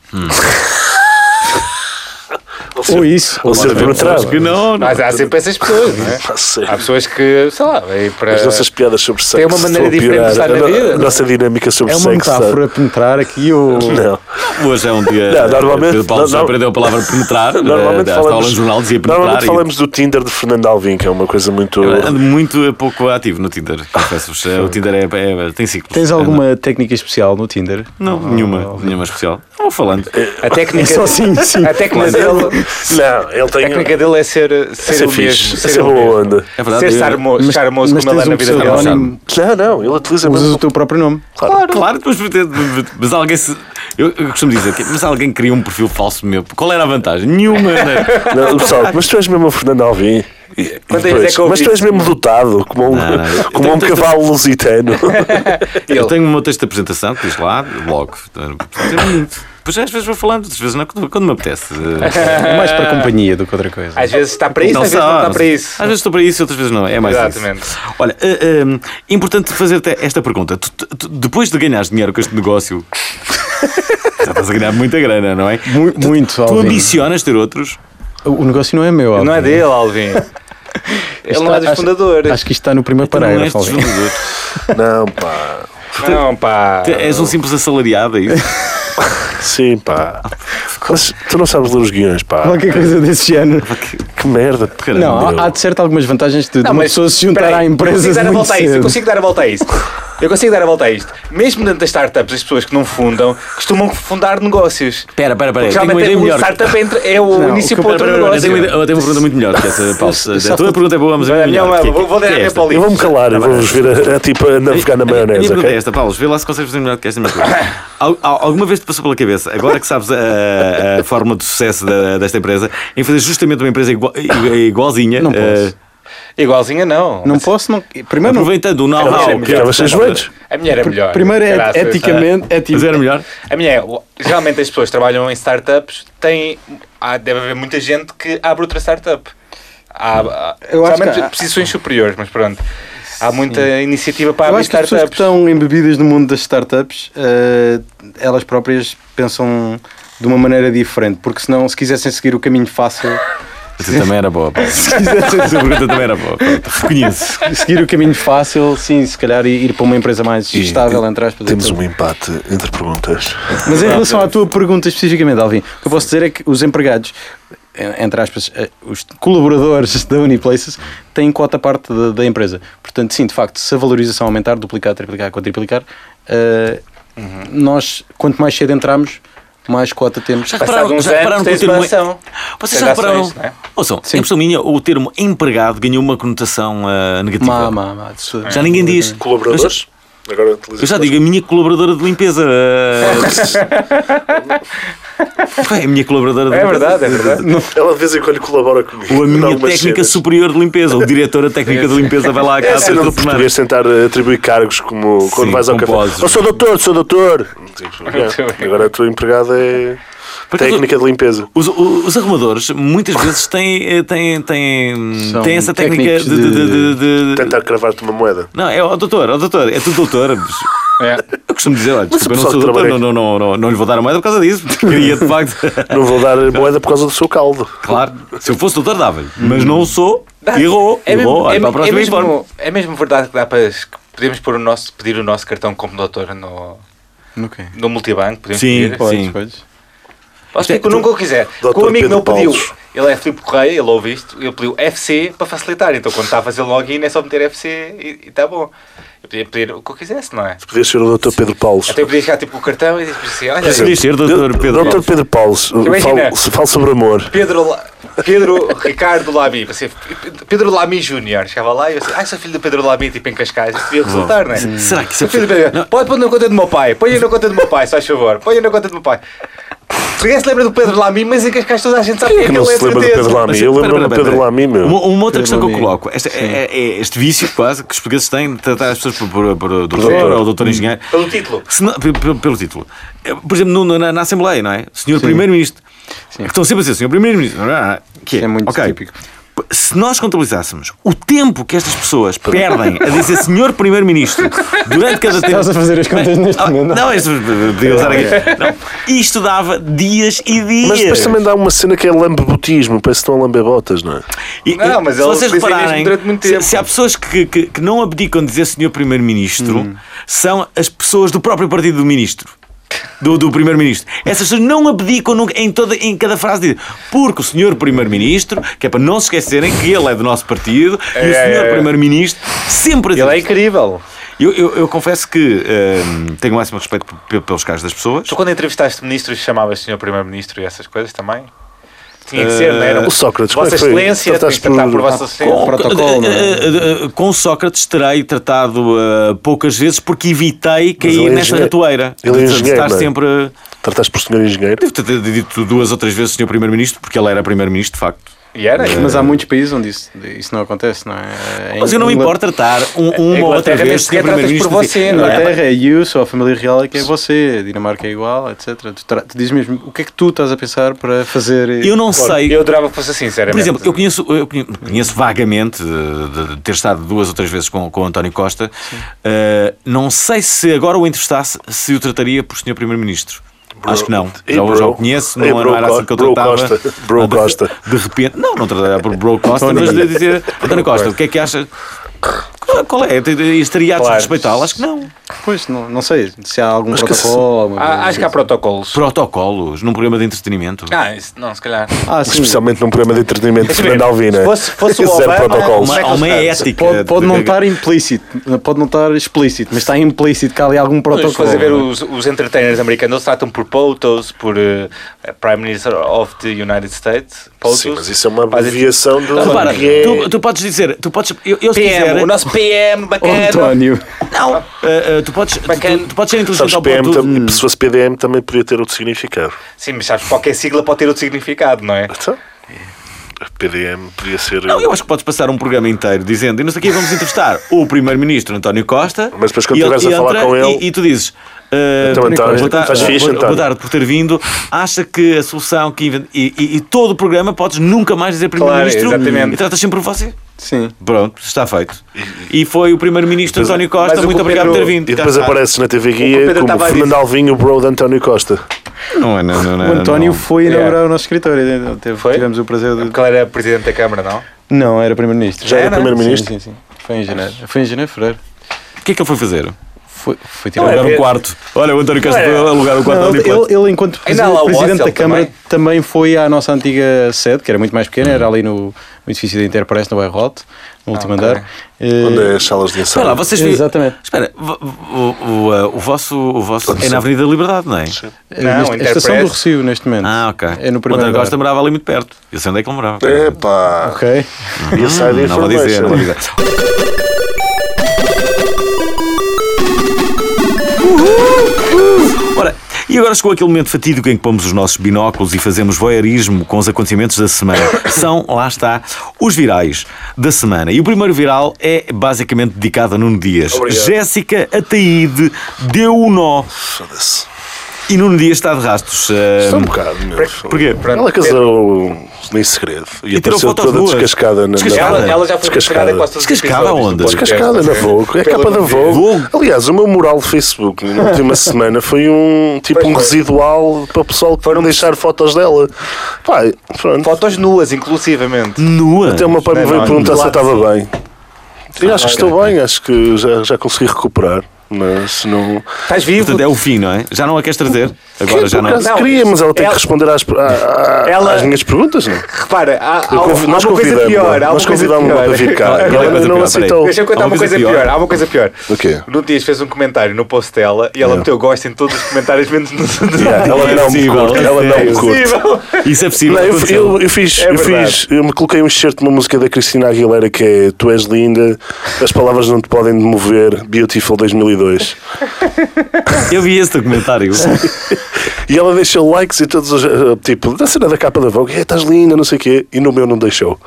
Speaker 4: Ou isso.
Speaker 3: Ou ser penetrado.
Speaker 1: que não, não.
Speaker 2: Mas há sempre essas pessoas, não é?
Speaker 3: Ah, sério.
Speaker 2: Há pessoas que, sei lá, veio para.
Speaker 3: As nossas piadas sobre sexo.
Speaker 2: é. Tem uma maneira
Speaker 3: estão a
Speaker 2: diferente de estar
Speaker 3: piorar.
Speaker 2: na
Speaker 3: A no-
Speaker 2: vida.
Speaker 3: A nossa dinâmica sobre
Speaker 4: É uma
Speaker 3: sexo. está-
Speaker 4: metáfora penetrar aqui ou.
Speaker 3: Não.
Speaker 1: Hoje é um dia.
Speaker 3: Não, normalmente-
Speaker 1: Pedro Paulo já
Speaker 3: não-
Speaker 1: aprendeu a palavra penetrar.
Speaker 3: Normalmente
Speaker 1: eh, Estava lá no
Speaker 3: falamos,
Speaker 1: jornal, dizia penetrar.
Speaker 3: normalmente
Speaker 1: e-
Speaker 3: falamos do Tinder de Fernando Alvim, que é uma coisa muito.
Speaker 1: Eu ando muito eh, pouco ativo no Tinder,
Speaker 3: Ah,
Speaker 1: confesso-vos. Eh, O Tinder é, é- tem ciclos.
Speaker 4: Tens
Speaker 1: Eh,
Speaker 4: alguma técnica especial no Tinder?
Speaker 1: Não, não, nenhuma, nenhuma especial. É um Não vou falando.
Speaker 3: Eh,
Speaker 2: A técnica.
Speaker 4: É só assim, sim.
Speaker 2: A técnica dele.
Speaker 3: Não, ele
Speaker 2: A
Speaker 3: tem. um-
Speaker 2: técnica dele é ser, ser,
Speaker 3: Ser
Speaker 2: o
Speaker 3: fixe,
Speaker 2: mesmo.
Speaker 3: ser
Speaker 2: o
Speaker 3: boa
Speaker 2: mesmo.
Speaker 3: onda.
Speaker 1: É verdade,
Speaker 2: ser
Speaker 1: eu-
Speaker 2: charmoso, charmoso
Speaker 4: mas
Speaker 2: como ele
Speaker 4: tens
Speaker 2: é na
Speaker 4: um
Speaker 2: vida real.
Speaker 4: pseudónimo,
Speaker 3: Não, não, ele utiliza
Speaker 4: usas o
Speaker 3: mesmo.
Speaker 4: teu próprio nome.
Speaker 1: Claro, claro, depois pretende. Mas alguém se. Eu, eu costumo dizer que. Mas alguém cria um perfil falso meu. Qual era a vantagem? Nenhuma, né?
Speaker 3: Não, pessoal, mas tu és mesmo o Fernando Alvim. E- e
Speaker 2: Quantas
Speaker 3: depois,
Speaker 2: vezes é que eu
Speaker 3: mas tu
Speaker 2: ouvi
Speaker 3: és mesmo dotado, como um,
Speaker 1: Não, não, eu
Speaker 3: como
Speaker 1: tenho-
Speaker 3: um
Speaker 1: tenho-
Speaker 3: cavalo lusitano.
Speaker 1: Eu tenho o meu texto de apresentação que diz lá, logo. eh, Pois é, às vezes vou falando, às vezes não, quando quando me apetece. Eh,
Speaker 4: É mais para companhia do que outra coisa.
Speaker 2: Às vezes está para isso, às vezes
Speaker 1: só,
Speaker 2: não está para isso.
Speaker 1: Então Às vezes estou para isso, outras vezes não. É mais
Speaker 2: Exatamente.
Speaker 1: isso. Olha, eh, eh, importante fazer-te esta pergunta. Tu- tu- tu- depois de ganhares dinheiro com este negócio, já estás a ganhar muita grana, não é?
Speaker 4: Mu- muito,
Speaker 1: Tu
Speaker 4: Alvin.
Speaker 1: ambicionas ter outros?
Speaker 4: O negócio não é meu, Alvin.
Speaker 2: Não é dele, Alvin. Ele
Speaker 4: Isto
Speaker 2: não é
Speaker 4: tá-
Speaker 2: dos
Speaker 4: acho-
Speaker 2: fundadores.
Speaker 4: Acho que isto está no primeiro
Speaker 1: Tu Então não é és
Speaker 4: parágrafo. Alvin.
Speaker 1: desenvolvedor.
Speaker 3: não, pá.
Speaker 2: Não, pá.
Speaker 1: Tu És um simples assalariado, é isso?
Speaker 3: Sim, pá. Mas tu não sabes ler os guiões, pá.
Speaker 4: Qualquer coisa desse género.
Speaker 3: Que merda.
Speaker 1: Caramba.
Speaker 4: Não, há- há de certo algumas vantagens de, de uma pessoa se juntar
Speaker 2: peraí,
Speaker 4: à empresa
Speaker 2: eu consigo dar a
Speaker 4: muito
Speaker 2: volta a isso, eu
Speaker 4: cedo.
Speaker 2: consigo dar a volta a isto. Eu consigo dar a volta a isto. Mesmo dentro das startups, as pessoas que não fundam costumam fundar negócios.
Speaker 1: Espera, espera, espera.
Speaker 2: Porque
Speaker 1: eu Tenho uma
Speaker 2: Geralmente é,
Speaker 1: ideia
Speaker 2: o
Speaker 1: melhor.
Speaker 2: startup é entre- é o
Speaker 4: Não,
Speaker 2: início
Speaker 4: o que
Speaker 2: para
Speaker 4: eu-
Speaker 1: Espera,
Speaker 2: outro
Speaker 1: espera, Eu
Speaker 2: negócio.
Speaker 1: tenho uma ideia- eu tenho uma pergunta muito melhor que essa, Paulo.
Speaker 4: só-
Speaker 1: A tua pergunta é boa, mas a minha é
Speaker 2: Olha,
Speaker 1: melhor.
Speaker 2: não,
Speaker 1: Que-
Speaker 2: vou- vou
Speaker 1: que é
Speaker 2: dar a minha
Speaker 1: esta?
Speaker 2: para o
Speaker 3: Eu
Speaker 2: livro.
Speaker 3: vou-me calar, eu vou-vos ver a, a, tipo, a navegar na
Speaker 1: A minha
Speaker 3: maionese,
Speaker 1: pergunta é
Speaker 3: ok?
Speaker 1: esta, Paulo. Vê lá se consegues fazer melhor do que esta minha pergunta. Al- al- Alguma vez te passou pela cabeça, agora que sabes a, a forma de sucesso da- desta empresa, em fazer justamente uma empresa igual- i- igualzinha?
Speaker 4: Não posso.
Speaker 1: eh,
Speaker 2: Igualzinha não.
Speaker 4: Não posso, não. Primeiro, não-
Speaker 1: aproveitando o know-how. que-
Speaker 3: Ficava sem joelhos.
Speaker 2: A minha era melhor.
Speaker 4: primeiro é
Speaker 2: Graças.
Speaker 4: eticamente,
Speaker 1: Mas
Speaker 4: eticamente.
Speaker 1: era melhor?
Speaker 2: A minha é, o- geralmente as pessoas que trabalham em startups têm. há- deve haver muita gente que abre outra startup. Há, há,
Speaker 4: Hum. Eu acho que
Speaker 2: geralmente
Speaker 4: há-
Speaker 2: posições superiores, mas pronto. há muita iniciativa para
Speaker 4: Eu
Speaker 2: abrir
Speaker 4: acho que as pessoas que
Speaker 2: startups.
Speaker 4: estão embebidas no mundo das startups, eh, elas próprias pensam de uma maneira diferente, porque senão, se quisessem seguir o caminho fácil,
Speaker 1: Essa também era boa. pá. Essa pergunta também era boa. Pronto, Reconheço.
Speaker 4: seguir o caminho fácil, sim, se calhar ir ir para uma empresa mais
Speaker 3: E-
Speaker 4: estável, entre aspas. e
Speaker 3: Temos
Speaker 4: tudo.
Speaker 3: um empate entre perguntas.
Speaker 4: Mas em relação à tua pergunta especificamente, Alvin, o que eu posso dizer é que os empregados, eh, entre aspas, eh, os colaboradores da Uniplaces, têm cota parte da, da empresa. Portanto, sim, de facto, se a valorização aumentar, duplicar, triplicar, quadriplicar, eh, nós, quanto mais cedo entrarmos, mais cota temos.
Speaker 1: Já
Speaker 2: Passados
Speaker 1: repararam,
Speaker 2: uns
Speaker 1: já
Speaker 2: anos,
Speaker 1: repararam que o
Speaker 2: tens
Speaker 1: termo.
Speaker 2: uma ação.
Speaker 1: Vocês
Speaker 2: Tens
Speaker 1: já repararam?
Speaker 2: ações, não é?
Speaker 1: Ouçam,
Speaker 4: Sim.
Speaker 1: em pessoa minha, o termo empregado ganhou uma conotação ah, negativa.
Speaker 4: Má, má, má. Isso-
Speaker 1: Já ninguém diz. Eu já,
Speaker 3: Colaboradores? Agora utiliza-
Speaker 1: eu já digo, a minha colaboradora de limpeza. ah, Foi a minha colaboradora de
Speaker 2: É
Speaker 1: limpeza.
Speaker 2: verdade, é verdade.
Speaker 3: Ela de vez em quando colabora comigo.
Speaker 1: Ou a
Speaker 3: em
Speaker 1: minha
Speaker 3: algumas
Speaker 1: técnica
Speaker 3: cenas.
Speaker 1: superior de limpeza, ou diretora técnica de limpeza vai lá a
Speaker 3: É a
Speaker 1: casa
Speaker 3: cena
Speaker 1: esta
Speaker 3: do
Speaker 1: semana.
Speaker 3: português tentar eh, atribuir cargos como quando
Speaker 1: Sim,
Speaker 3: vais ao café.
Speaker 1: composes.
Speaker 3: Eu sou doutor, sou doutor. Tipo, é. Agora a tua empregada é
Speaker 1: Porque
Speaker 3: técnica de limpeza.
Speaker 1: Os, os arrumadores muitas vezes têm, eh, têm, têm,
Speaker 4: São
Speaker 1: têm essa técnica de.
Speaker 4: técnicos
Speaker 1: de,
Speaker 4: de-
Speaker 1: de- de- de-
Speaker 3: Tentar cravar-te uma moeda.
Speaker 1: Não, é o doutor, o doutor, é tudo doutor.
Speaker 2: É.
Speaker 1: Eu costumo dizer, olha,
Speaker 3: Mas o
Speaker 1: desculpa, eu não
Speaker 3: pessoal
Speaker 1: sou
Speaker 3: que
Speaker 1: doutor,
Speaker 3: trabalha
Speaker 1: não, não, não, não, não lhe vou dar a moeda por causa disso, porque queria de facto.
Speaker 3: Não vou dar moeda por causa do seu caldo.
Speaker 1: Claro, se eu fosse doutor, dava-lhe, mas não sou, errou,
Speaker 2: É
Speaker 1: errou,
Speaker 2: mesmo,
Speaker 1: olha,
Speaker 2: é,
Speaker 1: para a
Speaker 2: é
Speaker 1: próxima informe.
Speaker 2: mesmo, é mesmo verdade que dá para es- que podemos pôr o nosso, pedir o nosso cartão como doutor no,
Speaker 4: Ok.
Speaker 2: no multibanco, podemos
Speaker 1: Sim,
Speaker 2: pedir.
Speaker 1: pode.
Speaker 4: Pois, pois.
Speaker 2: Posso pedir nunca o quiser.
Speaker 3: Dr.
Speaker 2: Que um amigo
Speaker 3: Pedro
Speaker 2: meu pediu.
Speaker 3: Paulos.
Speaker 2: Ele é Filipe Correia, ele ouve isto, ele pediu FC para facilitar. Então quando está a fazer login é só meter FC e está bom. Eu podia pedir o que eu quisesse, não é?
Speaker 3: Podias ser o doutor Pedro Paulo.
Speaker 2: Até eu podia chegar tipo com o cartão e dizer assim, olha,
Speaker 1: Podia ser doutor Pedro.
Speaker 3: Doutor Pedro Paulo,
Speaker 2: Imagina.
Speaker 3: falo, se falo sobre amor.
Speaker 2: Pedro, La- Pedro Ricardo Lamy, você, Pedro Lamy Júnior, chegava lá e eu assim, ai, sou filho do Pedro Lamy, tipo em Cascais, isso devia resultar, não é?
Speaker 1: Será que isso é
Speaker 2: Sou filho do Pedro, pode pôr na conta do meu pai, põe na conta do meu pai, só faz favor, põe na conta do meu pai. Ninguém se lembra do Pedro Lamy, mas em Cascais toda a gente sabe quem é
Speaker 3: Que
Speaker 2: que
Speaker 3: não
Speaker 2: ele é,
Speaker 3: se
Speaker 2: de
Speaker 3: lembra do Pedro
Speaker 2: certeza.
Speaker 3: Lamy. Eu
Speaker 1: Espera,
Speaker 3: lembro-me do
Speaker 1: espera,
Speaker 3: Pedro
Speaker 1: espera.
Speaker 3: Lami, meu.
Speaker 1: Uma, uma outra questão que eu
Speaker 4: Lamy.
Speaker 1: coloco, esta, é, é este vício quase que os portugueses têm de tratar as pessoas por, por, por doutor
Speaker 3: doutor.
Speaker 1: ou
Speaker 4: Hum.
Speaker 1: doutor engenheiro.
Speaker 2: Pelo título.
Speaker 1: Se não- pe- pe- pelo, título. Eh, Por exemplo, no- no- na, na Assembleia, não é? Senhor Primeiro-Ministro. É que Estão sempre a dizer Senhor Primeiro-Ministro. Ah, Que
Speaker 4: Isso é muito
Speaker 1: ok.
Speaker 4: típico.
Speaker 1: P- Se nós contabilizássemos o tempo que estas pessoas perdem a dizer Senhor Primeiro-Ministro durante cada tempo.
Speaker 4: Estás a fazer as contas neste
Speaker 1: Ah,
Speaker 4: momento.
Speaker 1: não, isto, podia usar aqui. Não, isto dava dias e dias.
Speaker 3: Mas depois também dá uma cena que é lambebotismo. Parece que estão a lamber botas, não é?
Speaker 1: E-
Speaker 2: Não,
Speaker 1: e-
Speaker 2: mas
Speaker 1: se
Speaker 2: eles
Speaker 1: vocês
Speaker 2: dizem isto
Speaker 1: repararem,
Speaker 2: durante muito
Speaker 1: se-
Speaker 2: tempo.
Speaker 1: Se, há pessoas que, que, que não abdicam de dizer senhor primeiro-ministro,
Speaker 2: Hum.
Speaker 1: são as pessoas do próprio partido do ministro. Do, do primeiro-ministro. Essas pessoas não abdicam nunca, em, toda, em cada frase dita. Porque o senhor primeiro-ministro, que é para não se esquecerem que ele é do nosso partido, e o
Speaker 2: é,
Speaker 1: senhor
Speaker 2: é.
Speaker 1: primeiro-ministro sempre a dizer.
Speaker 2: Ele é incrível.
Speaker 1: eu, eu, eu confesso que hum, tenho o máximo respeito pe- pelos casos das pessoas.
Speaker 2: Tu quando entrevistaste ministros chamavas senhor primeiro-ministro e essas coisas também? Tinha que ser, não era?
Speaker 3: O Sócrates, como é
Speaker 2: Vossa
Speaker 3: que foi?
Speaker 2: Excelência, tinha que
Speaker 3: Trataste
Speaker 2: tratar
Speaker 3: por-
Speaker 2: por Vossa
Speaker 3: Ah,
Speaker 2: Excelência.
Speaker 4: protocolo, não é?
Speaker 1: Eh, eh, eh, Com Sócrates terei tratado eh, poucas vezes porque evitei cair
Speaker 3: ele é
Speaker 1: nessa
Speaker 3: engenheiro.
Speaker 1: ratoeira.
Speaker 3: Ele é
Speaker 1: de
Speaker 3: engenheiro,
Speaker 1: estar
Speaker 3: não é?
Speaker 1: sempre.
Speaker 3: Trataste por senhor engenheiro?
Speaker 1: Devo ter dito duas ou três vezes Sr. Primeiro-Ministro, porque ele era Primeiro-Ministro, de facto.
Speaker 2: E era?
Speaker 4: Mas há muitos países onde isso, isso não acontece, não é? Em
Speaker 1: Mas eu não me
Speaker 4: Inglaterra-
Speaker 1: importo tratar um, uma ou outra
Speaker 2: Inglaterra nem
Speaker 1: vez
Speaker 2: sequer
Speaker 1: Sr.
Speaker 2: tratas
Speaker 1: Primeiro-Ministro.
Speaker 2: por
Speaker 1: assim.
Speaker 2: você, não
Speaker 1: Não, é,
Speaker 4: Inglaterra é you, só a família real é que é você, a Dinamarca é igual, etc. Tu, tra- tu dizes mesmo o que é que tu estás a pensar para fazer. eh,
Speaker 1: eu não sei.
Speaker 2: Eu adorava um que fosse assim, sinceramente.
Speaker 1: Por exemplo, eu conheço, eu conhe- conheço vagamente eh, de, de ter estado duas ou três vezes com, com o António Costa. Eh, não sei se agora o entrevistasse se o trataria por Sr. Primeiro-Ministro. Acho que não.
Speaker 3: Ei,
Speaker 1: já, o- já o
Speaker 3: bro.
Speaker 1: conheço,
Speaker 3: Ei,
Speaker 1: não,
Speaker 3: bro
Speaker 1: não era assim que eu
Speaker 3: Co- bro
Speaker 1: tratava.
Speaker 3: Costa. Bro
Speaker 1: Ah, de-
Speaker 3: Costa.
Speaker 1: De repente, não, não tratava por Bro Costa, mas de dizer António Costa, o que é que achas? Qual- Qual é? Estaria a
Speaker 2: Claro.
Speaker 1: desrespeitá-lo? Acho que não.
Speaker 4: Pois, não, não sei se há algum
Speaker 3: Acho que
Speaker 4: protocolo. alguma coisa. assim.
Speaker 2: Ah, acho que há protocolos.
Speaker 1: Protocolos num programa de entretenimento.
Speaker 2: Ah, isso, não, se calhar.
Speaker 4: Ah, sim.
Speaker 3: Especialmente num programa de entretenimento de
Speaker 2: Esse
Speaker 3: Fernando
Speaker 2: mesmo.
Speaker 3: Alvina.
Speaker 2: Se fosse- fosse o
Speaker 3: Zero
Speaker 2: Obama,
Speaker 3: protocolos.
Speaker 1: Uma,
Speaker 2: Como é que
Speaker 1: há uma
Speaker 2: eles fazem?
Speaker 1: ética.
Speaker 4: Pode, pode
Speaker 1: de-
Speaker 4: não estar implícito, pode não estar explícito, mas está implícito que há ali algum
Speaker 2: Mas
Speaker 4: protocolo.
Speaker 2: Se fores a ver os, os entertainers americanos, eles tratam por POTUS, por eh, Prime Minister of the United States. POTUS.
Speaker 3: Sim, mas isso é uma
Speaker 2: Fazem-
Speaker 3: abreviação do.
Speaker 1: Repara,
Speaker 3: que é-
Speaker 1: tu, tu podes dizer, tu podes. Eu, eu se
Speaker 2: PM,
Speaker 1: quiser-
Speaker 2: o nosso PM
Speaker 4: Oh,
Speaker 2: bacana.
Speaker 4: António.
Speaker 1: Não, eh, eh, tu, podes, tu,
Speaker 2: Bacana.
Speaker 1: tu- tu podes ser inteligente
Speaker 3: Sabes, é
Speaker 1: ao
Speaker 3: PM,
Speaker 1: ponto de-
Speaker 3: tam- se fosse PDM também podia ter outro significado.
Speaker 2: Sim, mas sabes, qualquer sigla pode ter outro significado, não é?
Speaker 3: Então, PDM podia ser.
Speaker 1: Não, eu acho que podes passar um programa inteiro dizendo, e nós aqui vamos entrevistar o Primeiro-Ministro António Costa.
Speaker 3: Mas depois quando
Speaker 1: e ele
Speaker 3: estiveres a falar
Speaker 1: entra
Speaker 3: com ele-
Speaker 1: E, e tu dizes. eh,
Speaker 3: Então, António,
Speaker 1: boa,
Speaker 3: estás
Speaker 1: boa-
Speaker 3: fixe,
Speaker 1: boa- boa
Speaker 3: António?
Speaker 1: tarde por ter vindo. Acha que a solução que invent... e, e- e todo o programa podes nunca mais dizer primeiro-ministro
Speaker 2: exatamente.
Speaker 1: e tratas sempre por você?
Speaker 2: Sim.
Speaker 1: Pronto, está feito. E foi o primeiro-ministro
Speaker 3: Depois-
Speaker 1: António Costa,
Speaker 2: mas o
Speaker 1: muito
Speaker 2: que o
Speaker 1: obrigado por ter
Speaker 2: Pedro-
Speaker 1: vindo.
Speaker 3: um E depois
Speaker 1: Cá está.
Speaker 3: aparece na TV
Speaker 2: O que o
Speaker 3: Guia
Speaker 2: Pedro
Speaker 3: como
Speaker 2: estava a dizer.
Speaker 3: Fernando Alvinho, bro de António Costa.
Speaker 1: Não é, não, não, não,
Speaker 4: O António
Speaker 1: não.
Speaker 4: foi
Speaker 2: Yeah.
Speaker 4: inaugurar o nosso escritório. né? Teve-
Speaker 2: Foi?
Speaker 4: Tivemos o prazer de.
Speaker 2: Porque ele era presidente da Câmara, não?
Speaker 4: Não, era primeiro-ministro.
Speaker 3: Já era
Speaker 4: Sim,
Speaker 3: primeiro-ministro?
Speaker 4: Sim, sim, sim. Foi em janeiro. Foi em janeiro, fevereiro.
Speaker 1: O que é que ele foi fazer?
Speaker 4: Foi, foi tirar
Speaker 1: Alugar
Speaker 2: é-
Speaker 1: um quarto. Olha, o António Costa
Speaker 2: Não é-
Speaker 1: foi alugar um quarto
Speaker 4: Não,
Speaker 1: ali.
Speaker 4: ele, ele, enquanto
Speaker 2: Ainda há lá o
Speaker 4: presidente
Speaker 2: Ocel
Speaker 4: da Câmara,
Speaker 2: também.
Speaker 4: também. foi à nossa antiga sede, que era muito mais pequena, era ali no, no edifício da Interpress, no Bairrote, no último
Speaker 2: ok.
Speaker 4: andar. Eh,
Speaker 3: Onde é as salas de
Speaker 1: Espera lá,
Speaker 3: ensaio.
Speaker 1: vocês viram-
Speaker 4: Exatamente.
Speaker 1: Espera, vo- o, o, eh, o vosso, o vosso é na
Speaker 3: são?
Speaker 1: Avenida da Liberdade, não é?
Speaker 4: eh,
Speaker 2: Não,
Speaker 4: neste- a estação
Speaker 2: Interpress.
Speaker 4: do Recio, neste momento.
Speaker 1: Ah, ok.
Speaker 4: É no
Speaker 1: o
Speaker 4: primeiro
Speaker 1: António
Speaker 4: andar.
Speaker 1: Costa morava ali muito perto. Eu sei onde é que ele morava.
Speaker 3: Epá, um
Speaker 4: Ok.
Speaker 3: e a saia de
Speaker 1: Hum, Não vou dizer, não vou
Speaker 3: informação.
Speaker 1: dizer. Ora, e agora chegou aquele momento fatídico em que pomos os nossos binóculos e fazemos voyeurismo com os acontecimentos da semana. São, lá está, os virais da semana. E o primeiro viral é basicamente dedicado a Nuno Dias.
Speaker 3: Obrigado.
Speaker 1: Jéssica Ataíde deu o nó
Speaker 3: Foda-se.
Speaker 1: e Nuno Dias está de rastos. Ah,
Speaker 3: Só um bocado, meu.
Speaker 1: Porquê?
Speaker 3: Ela casou em segredo e,
Speaker 1: E tirou
Speaker 3: apareceu
Speaker 1: fotos
Speaker 3: toda
Speaker 1: nuas.
Speaker 3: descascada na,
Speaker 1: Descascada?
Speaker 3: na
Speaker 2: Ela, ela já foi descascada
Speaker 3: descascada.
Speaker 2: quase todos os
Speaker 1: Descascada
Speaker 2: episódios do
Speaker 1: onde?
Speaker 2: podcast.
Speaker 3: Descascada na Vogue, é a
Speaker 2: Pelo
Speaker 3: capa da
Speaker 2: amor de Deus.
Speaker 3: Vogue. Aliás, o meu mural do Facebook na última semana foi um tipo
Speaker 2: Pois
Speaker 3: um
Speaker 2: foi.
Speaker 3: residual para o pessoal que foram deixar fotos dela. Pá, pronto.
Speaker 2: Fotos nuas, inclusivamente.
Speaker 1: Nua.
Speaker 3: Até uma pai me
Speaker 2: Não,
Speaker 3: veio
Speaker 2: não,
Speaker 3: perguntar
Speaker 2: não.
Speaker 3: se eu estava bem. Eu acho que
Speaker 2: ok.
Speaker 3: estou bem, acho que já, já consegui recuperar, mas não.
Speaker 2: Estás vivo?
Speaker 1: Portanto, é o fim, não é? Já não a queres trazer? Agora
Speaker 3: Que,
Speaker 1: já
Speaker 3: por
Speaker 1: não.
Speaker 3: acaso
Speaker 2: Não,
Speaker 3: queria, mas ela tem
Speaker 2: ela-
Speaker 3: que responder às, à- à-
Speaker 2: Ela-
Speaker 3: às minhas perguntas, não?
Speaker 2: Repara, há, há,
Speaker 3: um- Eu conv-
Speaker 2: há
Speaker 3: nós
Speaker 2: uma coisa
Speaker 3: convidamos-la,
Speaker 2: pior. Há uma
Speaker 3: nós
Speaker 2: coisa
Speaker 3: convidámos-la
Speaker 2: pior.
Speaker 3: para vir cá.
Speaker 1: Qual é a
Speaker 3: Ela ainda
Speaker 1: coisa
Speaker 3: não
Speaker 1: pior? Peraí.
Speaker 3: aceitou.
Speaker 2: Deixa eu contar
Speaker 1: Há
Speaker 2: uma coisa pior. Há uma coisa pior.
Speaker 3: O quê?
Speaker 2: No Dias fez um comentário no post dela e ela meteu gosto em todos os comentários, menos no.
Speaker 3: Yeah, ela não me
Speaker 1: possível,
Speaker 3: curte, ela não me curte.
Speaker 2: Impossível.
Speaker 1: Isso é possível.
Speaker 3: Não, eu,
Speaker 1: aconteceu.
Speaker 3: eu- eu fiz,
Speaker 2: É
Speaker 3: eu
Speaker 2: verdade.
Speaker 3: fiz, eu me coloquei um shirt de uma música da Cristina Aguilera que é Tu és linda, as palavras não te podem mover, Beautiful 2002.
Speaker 1: Eu vi esse documentário.
Speaker 3: E ela deixou likes e todos os, eh, tipo, da cena da capa da Vogue, "Eh, estás linda, não sei o quê, e no meu não deixou.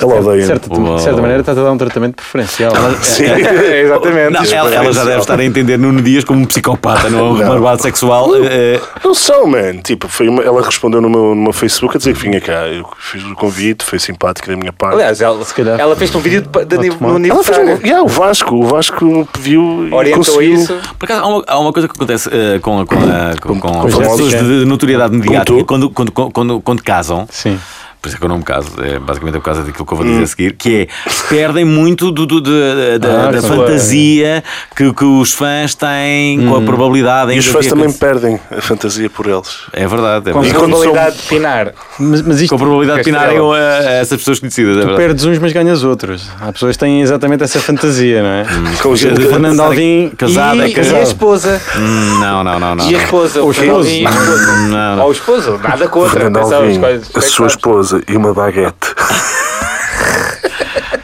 Speaker 3: Ela
Speaker 4: De
Speaker 3: odeia.
Speaker 4: certa,
Speaker 1: Uau.
Speaker 4: de certa maneira, está a dar um tratamento preferencial.
Speaker 3: Sim.
Speaker 2: É, exatamente.
Speaker 1: Não, ela, ela já deve estar a entender Nuno Dias como um psicopata, não é um
Speaker 3: Não. Uh!
Speaker 1: barbado sexual.
Speaker 2: É,
Speaker 1: eh, eh,
Speaker 3: Não são, man. Tipo, foi uma- ela respondeu no meu, no meu Facebook a dizer que vinha cá. Eu fiz o convite, foi simpático da minha parte.
Speaker 2: Aliás, ela, se
Speaker 4: calhar.
Speaker 2: ela fez um vídeo de, de, de, no
Speaker 3: ela fez um,
Speaker 2: aniversário.
Speaker 3: yeah, o Vasco, o Vasco pediu e
Speaker 2: Orientou
Speaker 3: conseguiu.
Speaker 2: isso.
Speaker 1: Por acaso, há uma, há uma coisa que acontece eh, com, a- com, a- com, com as
Speaker 3: famosos,
Speaker 1: pessoas
Speaker 3: é.
Speaker 1: de notoriedade mediática
Speaker 3: tu.
Speaker 1: quando, quando, quando, quando, quando casam.
Speaker 4: Sim.
Speaker 1: Por isso é que eu não me caso, é basicamente é por causa daquilo que eu vou dizer a seguir, que é perdem muito do, do- de- da,
Speaker 4: Ah,
Speaker 1: da
Speaker 4: claro.
Speaker 1: fantasia que, que os fãs têm com a probabilidade
Speaker 3: E
Speaker 1: em
Speaker 3: os
Speaker 1: que
Speaker 3: fãs
Speaker 1: aquilo
Speaker 3: também
Speaker 1: aconteça.
Speaker 3: perdem a fantasia por eles.
Speaker 1: É verdade, é
Speaker 2: Com
Speaker 1: verdade.
Speaker 3: E
Speaker 2: a
Speaker 3: quando
Speaker 2: probabilidade de pinar.
Speaker 4: Mas, mas
Speaker 1: Com
Speaker 4: isto.
Speaker 1: a probabilidade de
Speaker 2: Castelo.
Speaker 1: pinarem eh, essas pessoas conhecidas, é
Speaker 4: Tu
Speaker 1: verdade.
Speaker 4: perdes uns, mas ganhas outros. Há pessoas que têm exatamente essa fantasia, não é?
Speaker 3: Com gente
Speaker 1: de-
Speaker 3: que-
Speaker 4: Fernando Alvim
Speaker 1: Casado, é
Speaker 2: e, e a
Speaker 1: casado.
Speaker 2: esposa.
Speaker 1: Hum, Não, não, não, não.
Speaker 3: Ah.
Speaker 2: E a esposa.
Speaker 4: O
Speaker 2: o Fernando
Speaker 4: esposo.
Speaker 2: Alvim e a esposa.
Speaker 1: Não, não.
Speaker 2: Ou o esposo. Nada contra.
Speaker 3: Fernando
Speaker 2: atenção,
Speaker 3: Alvim,
Speaker 2: as coisas-
Speaker 3: a sua esposa e uma baguete.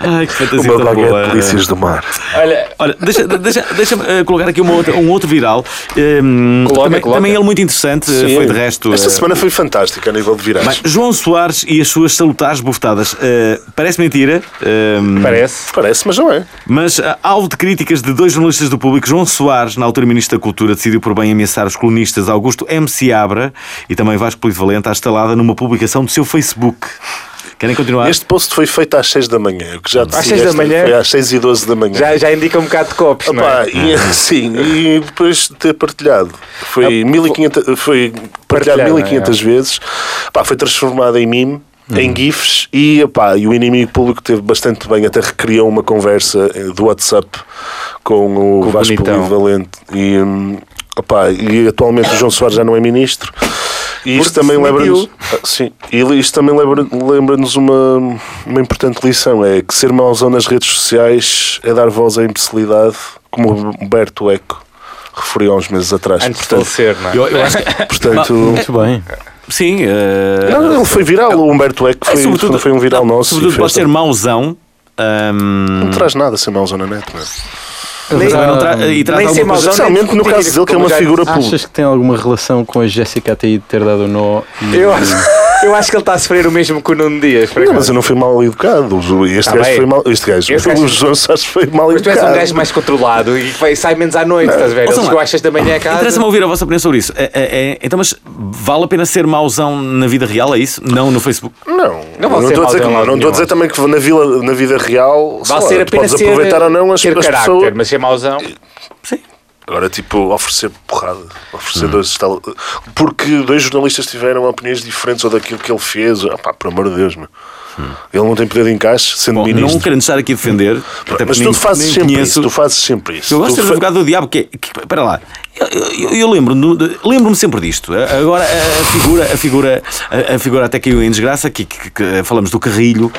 Speaker 1: Ai, que fantasia
Speaker 3: Uma
Speaker 1: tão
Speaker 3: baguete
Speaker 1: boa.
Speaker 3: de é polícias do mar.
Speaker 2: Olha,
Speaker 1: Olha, deixa- deixa-me eh, colocar aqui uma outra- um outro viral. Hum,
Speaker 2: Coloca,
Speaker 1: também,
Speaker 2: coloca.
Speaker 1: também ele muito interessante, eh, foi de resto.
Speaker 3: Esta
Speaker 1: eh,
Speaker 3: semana foi fantástica a nível de
Speaker 1: bem,
Speaker 3: virais.
Speaker 1: João Soares e as suas salutares bufetadas. Eh, parece mentira, hum,
Speaker 2: parece.
Speaker 3: Parece, mas não é.
Speaker 1: mas ah, alvo de críticas de dois jornalistas do público, João Soares, na altura Ministro da Cultura, decidiu por bem ameaçar os colunistas Augusto M. Seabra e também Vasco Polivalente à estalada numa publicação do seu Facebook. Querem continuar?
Speaker 3: Este post foi feito às 6 da manhã. O que já decidi
Speaker 2: seis da
Speaker 3: esta-
Speaker 2: manhã?
Speaker 3: Foi às 6 e 12 da manhã.
Speaker 2: Já, já indica um bocado de copos, não
Speaker 3: Opa,
Speaker 2: é?
Speaker 3: e, sim, e depois de ter partilhado, foi,
Speaker 2: Ah,
Speaker 3: 1500, foi partilhado
Speaker 2: Partilhado,
Speaker 3: 1500 vezes, pá, foi transformado em meme,
Speaker 2: Uhum.
Speaker 3: em GIFs, e, opá, e o inimigo público teve bastante bem, até recriou uma conversa eh, do WhatsApp com o
Speaker 2: Com o
Speaker 3: Vasco
Speaker 2: Bonitão.
Speaker 3: Polivalente. E, hum, opá, e atualmente o João Soares já não é ministro. E isto
Speaker 2: Porque
Speaker 3: também
Speaker 2: se
Speaker 3: lembra-nos.
Speaker 2: demitiu.
Speaker 3: Ah, Sim, e isto também lembra- lembra-nos uma, uma importante lição: é que ser mauzão nas redes sociais é dar voz à imbecilidade, como o Humberto Eco referiu há uns meses atrás.
Speaker 2: Antes de ele
Speaker 3: Portanto,
Speaker 2: ser, não é?
Speaker 1: Eu, eu acho que
Speaker 3: portanto
Speaker 4: Muito bem.
Speaker 1: sim. eh,
Speaker 3: não, ele foi viral, o Humberto Eco foi, foi um viral
Speaker 1: É, não,
Speaker 3: nosso. e
Speaker 1: Sobretudo
Speaker 3: fez-
Speaker 1: pode ser mauzão. hum,
Speaker 3: Não traz nada ser mauzão na net, mano.
Speaker 1: mas também não tra- e traz
Speaker 2: nem ser
Speaker 1: alguma coisa-
Speaker 2: mauzão,
Speaker 3: Especialmente no caso dele, que é uma figura pública.
Speaker 4: Achas que tem alguma relação com a Jéssica Ataíde ter dado o nó? no-
Speaker 2: Eu- Eu acho que ele está a sofrer o mesmo que o Nuno Dias. por
Speaker 3: Não,
Speaker 2: acaso.
Speaker 3: mas eu não fui mal educado. Este
Speaker 2: Tá
Speaker 3: gajo
Speaker 2: bem.
Speaker 3: foi mal. Este gajo.
Speaker 2: Este gajo-
Speaker 3: O João Soares foi mal
Speaker 2: Mas tu és
Speaker 3: educado.
Speaker 2: um gajo mais controlado e vai- sai menos à noite, estás a ver? Ele
Speaker 1: Ouçam
Speaker 2: chegou
Speaker 1: lá.
Speaker 2: às 6 da manhã a casa.
Speaker 1: Interessa-me ouvir a vossa opinião sobre isso. É, é, é, então, mas vale a pena ser mauzão na vida real, é isso? Não no Facebook?
Speaker 3: Não.
Speaker 2: Não vou
Speaker 3: não
Speaker 2: ser
Speaker 3: estou a dizer
Speaker 2: mau
Speaker 3: que
Speaker 2: de
Speaker 3: não.
Speaker 2: lado
Speaker 3: Não estou a
Speaker 2: nenhum.
Speaker 3: dizer também que na, vila, na vida real. sei
Speaker 2: Vale
Speaker 3: lá,
Speaker 2: ser
Speaker 3: tu
Speaker 2: apenas
Speaker 3: podes
Speaker 2: ser,
Speaker 3: aproveitar ou não as,
Speaker 2: ter
Speaker 3: as
Speaker 2: carácter,
Speaker 3: pessoas.
Speaker 2: mas ser mauzão.
Speaker 1: Uhum. Sim.
Speaker 3: Agora, tipo, oferecer porrada.
Speaker 2: Hum.
Speaker 3: Oferecer dois tal... Porque dois jornalistas tiveram opiniões diferentes ou daquilo que ele fez. Ah, pá, por amor de Deus, meu.
Speaker 2: Hum.
Speaker 3: Ele não tem poder de encaixe, sendo
Speaker 1: Bom,
Speaker 3: ministro.
Speaker 1: não querendo estar aqui a defender, até
Speaker 3: Mas
Speaker 1: porque
Speaker 3: tu
Speaker 1: nem-
Speaker 3: fazes
Speaker 1: nem
Speaker 3: sempre
Speaker 1: conheço.
Speaker 3: isso. Tu fazes sempre isso.
Speaker 1: Eu gosto
Speaker 3: Tu
Speaker 1: de ser
Speaker 3: fa-
Speaker 1: advogado do diabo, que é. que- Espera lá. Eu, eu- eu lembro-me de- lembro-me sempre disto. A- Agora a a figura, a figura, a- a figura até caiu em desgraça, que, que- que- falamos do Carrilho,